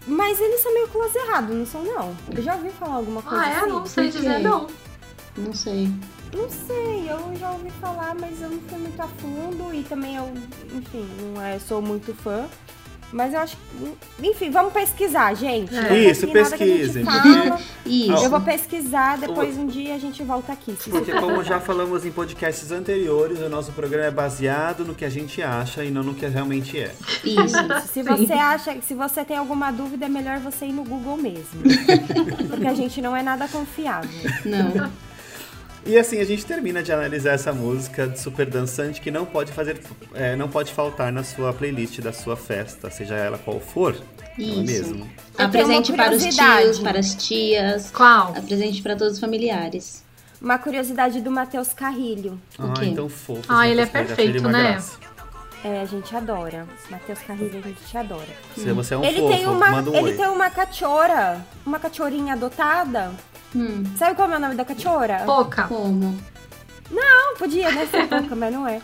Speaker 5: Mas eles são meio close errado, não são não. Eu já ouvi falar alguma coisa
Speaker 2: Ah, é?
Speaker 5: assim.
Speaker 2: Não sei
Speaker 1: por
Speaker 2: dizer,
Speaker 1: quê?
Speaker 2: não.
Speaker 1: Não sei.
Speaker 5: Não sei, eu já ouvi falar, mas eu não fui muito a fundo e também eu, enfim, não é, eu sou muito fã. Mas eu acho que. Enfim, vamos pesquisar, gente.
Speaker 2: É.
Speaker 5: Vamos
Speaker 3: Isso,
Speaker 5: combinar que a gente
Speaker 3: pesquisem,
Speaker 5: fala.
Speaker 1: Isso.
Speaker 5: Eu vou pesquisar, depois um dia a gente volta aqui. se isso
Speaker 3: Porque, como já falamos em podcasts anteriores, o nosso programa é baseado no que a gente acha e não no que realmente é.
Speaker 1: Isso.
Speaker 5: Isso, Se você acha que se você tem alguma dúvida, é melhor você ir no Google mesmo. Porque a gente não é nada confiável.
Speaker 1: Não.
Speaker 3: E assim a gente termina de analisar essa música super dançante que não pode fazer, é, não pode faltar na sua playlist da sua festa, seja ela qual for. Ela
Speaker 1: Isso.
Speaker 3: mesmo.
Speaker 1: Apresente para os tios,
Speaker 5: curiosidade.
Speaker 1: para as tias.
Speaker 2: Qual?
Speaker 1: Apresente para todos os familiares.
Speaker 5: Uma curiosidade do Matheus Carrilho.
Speaker 1: O
Speaker 3: Ah,
Speaker 1: quê?
Speaker 3: então fofo.
Speaker 2: Ah, ele é perfeito, né?
Speaker 5: É, a gente adora. Matheus Carrilho, a gente te adora.
Speaker 2: Hum.
Speaker 3: Se você é um
Speaker 5: ele
Speaker 3: fofo,
Speaker 5: tem uma,
Speaker 3: manda um
Speaker 5: ele
Speaker 3: oi.
Speaker 5: tem uma cachorra, uma cachorrinha adotada.
Speaker 1: Hum,
Speaker 5: Sabe qual é o nome da cachorra?
Speaker 2: Pouca.
Speaker 1: como?
Speaker 5: Não, podia, né? Ser pouca, mas não é.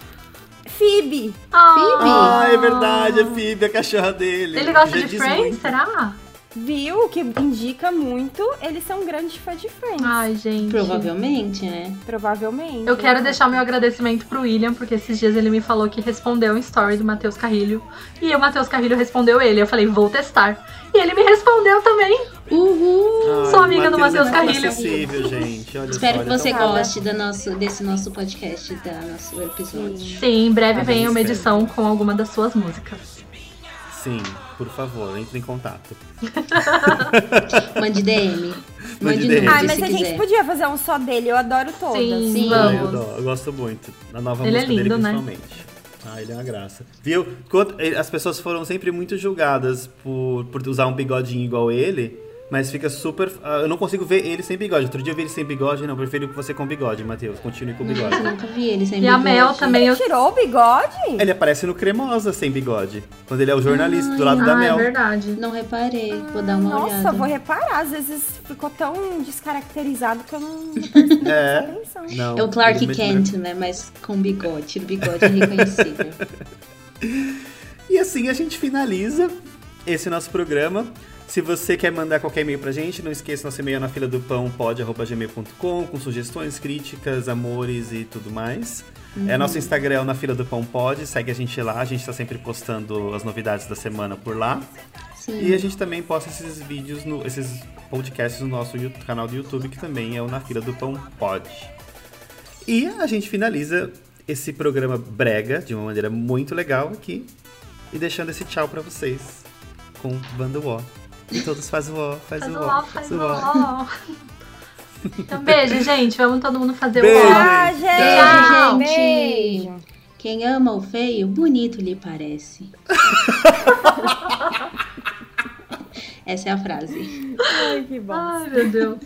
Speaker 5: Phoebe.
Speaker 2: Ah,
Speaker 3: Ah, é verdade, é Phoebe, a cachorra dele.
Speaker 2: Ele gosta
Speaker 3: Já
Speaker 2: de
Speaker 3: diz
Speaker 2: Friends,
Speaker 3: muito.
Speaker 2: será?
Speaker 5: Viu? Que indica muito. Eles são grandes fãs de Friends.
Speaker 2: Ai, gente.
Speaker 1: Provavelmente, né?
Speaker 5: Provavelmente.
Speaker 2: Eu quero deixar meu agradecimento pro William, porque esses dias ele me falou que respondeu um story do Matheus Carrilho. E o Matheus Carrilho respondeu ele. Eu falei, vou testar. E ele me respondeu também.
Speaker 1: Uhul!
Speaker 3: Ai,
Speaker 2: Sou amiga do
Speaker 3: Matheus é
Speaker 2: Matheus
Speaker 3: muito
Speaker 2: Carrilho.
Speaker 3: acessível, gente. Olha
Speaker 1: Espero
Speaker 3: só,
Speaker 1: que
Speaker 3: olha então,
Speaker 1: você
Speaker 3: só.
Speaker 5: tocada.
Speaker 1: goste do nosso, desse nosso podcast, da nosso episódio.
Speaker 2: Sim, em breve
Speaker 3: Tá
Speaker 2: vem
Speaker 3: bem,
Speaker 2: uma
Speaker 3: espero.
Speaker 2: edição com alguma das suas músicas.
Speaker 3: Sim, por favor, entre em contato.
Speaker 1: Mande DM. Mande
Speaker 3: DM.
Speaker 1: nude,
Speaker 5: Ai, mas
Speaker 1: se
Speaker 5: a gente
Speaker 1: quiser.
Speaker 5: podia fazer um só dele. Eu adoro todas.
Speaker 2: Sim,
Speaker 1: Sim.
Speaker 3: Ai, eu,
Speaker 2: vamos.
Speaker 3: adoro, eu gosto muito. A nova
Speaker 2: Ele é
Speaker 3: música dele,
Speaker 2: lindo, né?
Speaker 3: principalmente. Ah, ele é uma graça. Viu? Quanto- eh, As pessoas foram sempre muito julgadas por, por usar um bigodinho igual ele, mas fica super. ah, Eu não consigo ver ele sem bigode. Outro dia eu vi ele sem bigode, não. Prefiro você com bigode, Matheus. Continue com bigode.
Speaker 1: Nossa,
Speaker 2: Hum.
Speaker 1: nunca vi ele sem
Speaker 2: E a
Speaker 1: bigode.
Speaker 2: Mel também. Eu...
Speaker 5: Tirou o bigode?
Speaker 3: ele aparece no Cremosa sem bigode. Quando ele é o jornalista do lado da
Speaker 2: Ah, é
Speaker 3: Mel.
Speaker 2: verdade.
Speaker 1: Não reparei. Vou dar uma
Speaker 5: Nossa,
Speaker 1: olhada.
Speaker 5: vou reparar. Às vezes ficou tão descaracterizado que eu não não prestei
Speaker 3: É.
Speaker 5: atenção.
Speaker 3: Não,
Speaker 1: É o Clark
Speaker 3: ele mesmo-
Speaker 1: Kent, né? Mas com bigode. Tira o bigode é reconhecível.
Speaker 3: E assim a gente finaliza esse nosso programa. Se você quer mandar qualquer e-mail pra gente, não esqueça nosso e-mail é na fila do pão pod.gmail.com com sugestões, críticas, amores e tudo mais. É nosso Instagram é o na fila do pão pod, segue a gente lá, a gente tá sempre postando as novidades da semana por lá.
Speaker 1: Sim.
Speaker 3: E a gente também posta esses vídeos, no, esses podcasts no nosso Yu- canal do YouTube, que também é o Na Fila do Pão Pod. E a gente finaliza esse programa brega de uma maneira muito legal aqui. E deixando esse tchau pra vocês com Banda Uó. E todos faz o ó, faz, um
Speaker 2: Faz
Speaker 3: o
Speaker 2: o
Speaker 3: ó,
Speaker 2: LOL, faz o LOL. Então, beijo, gente. Vamos todo mundo fazer um
Speaker 3: Beijo.
Speaker 2: o LOL.
Speaker 5: Ah,
Speaker 1: Tchau,
Speaker 5: gente.
Speaker 1: gente.
Speaker 5: Beijo.
Speaker 1: Quem ama o feio, bonito lhe parece. Essa é a frase.
Speaker 5: Ai, que bom.
Speaker 2: Ai, meu Deus.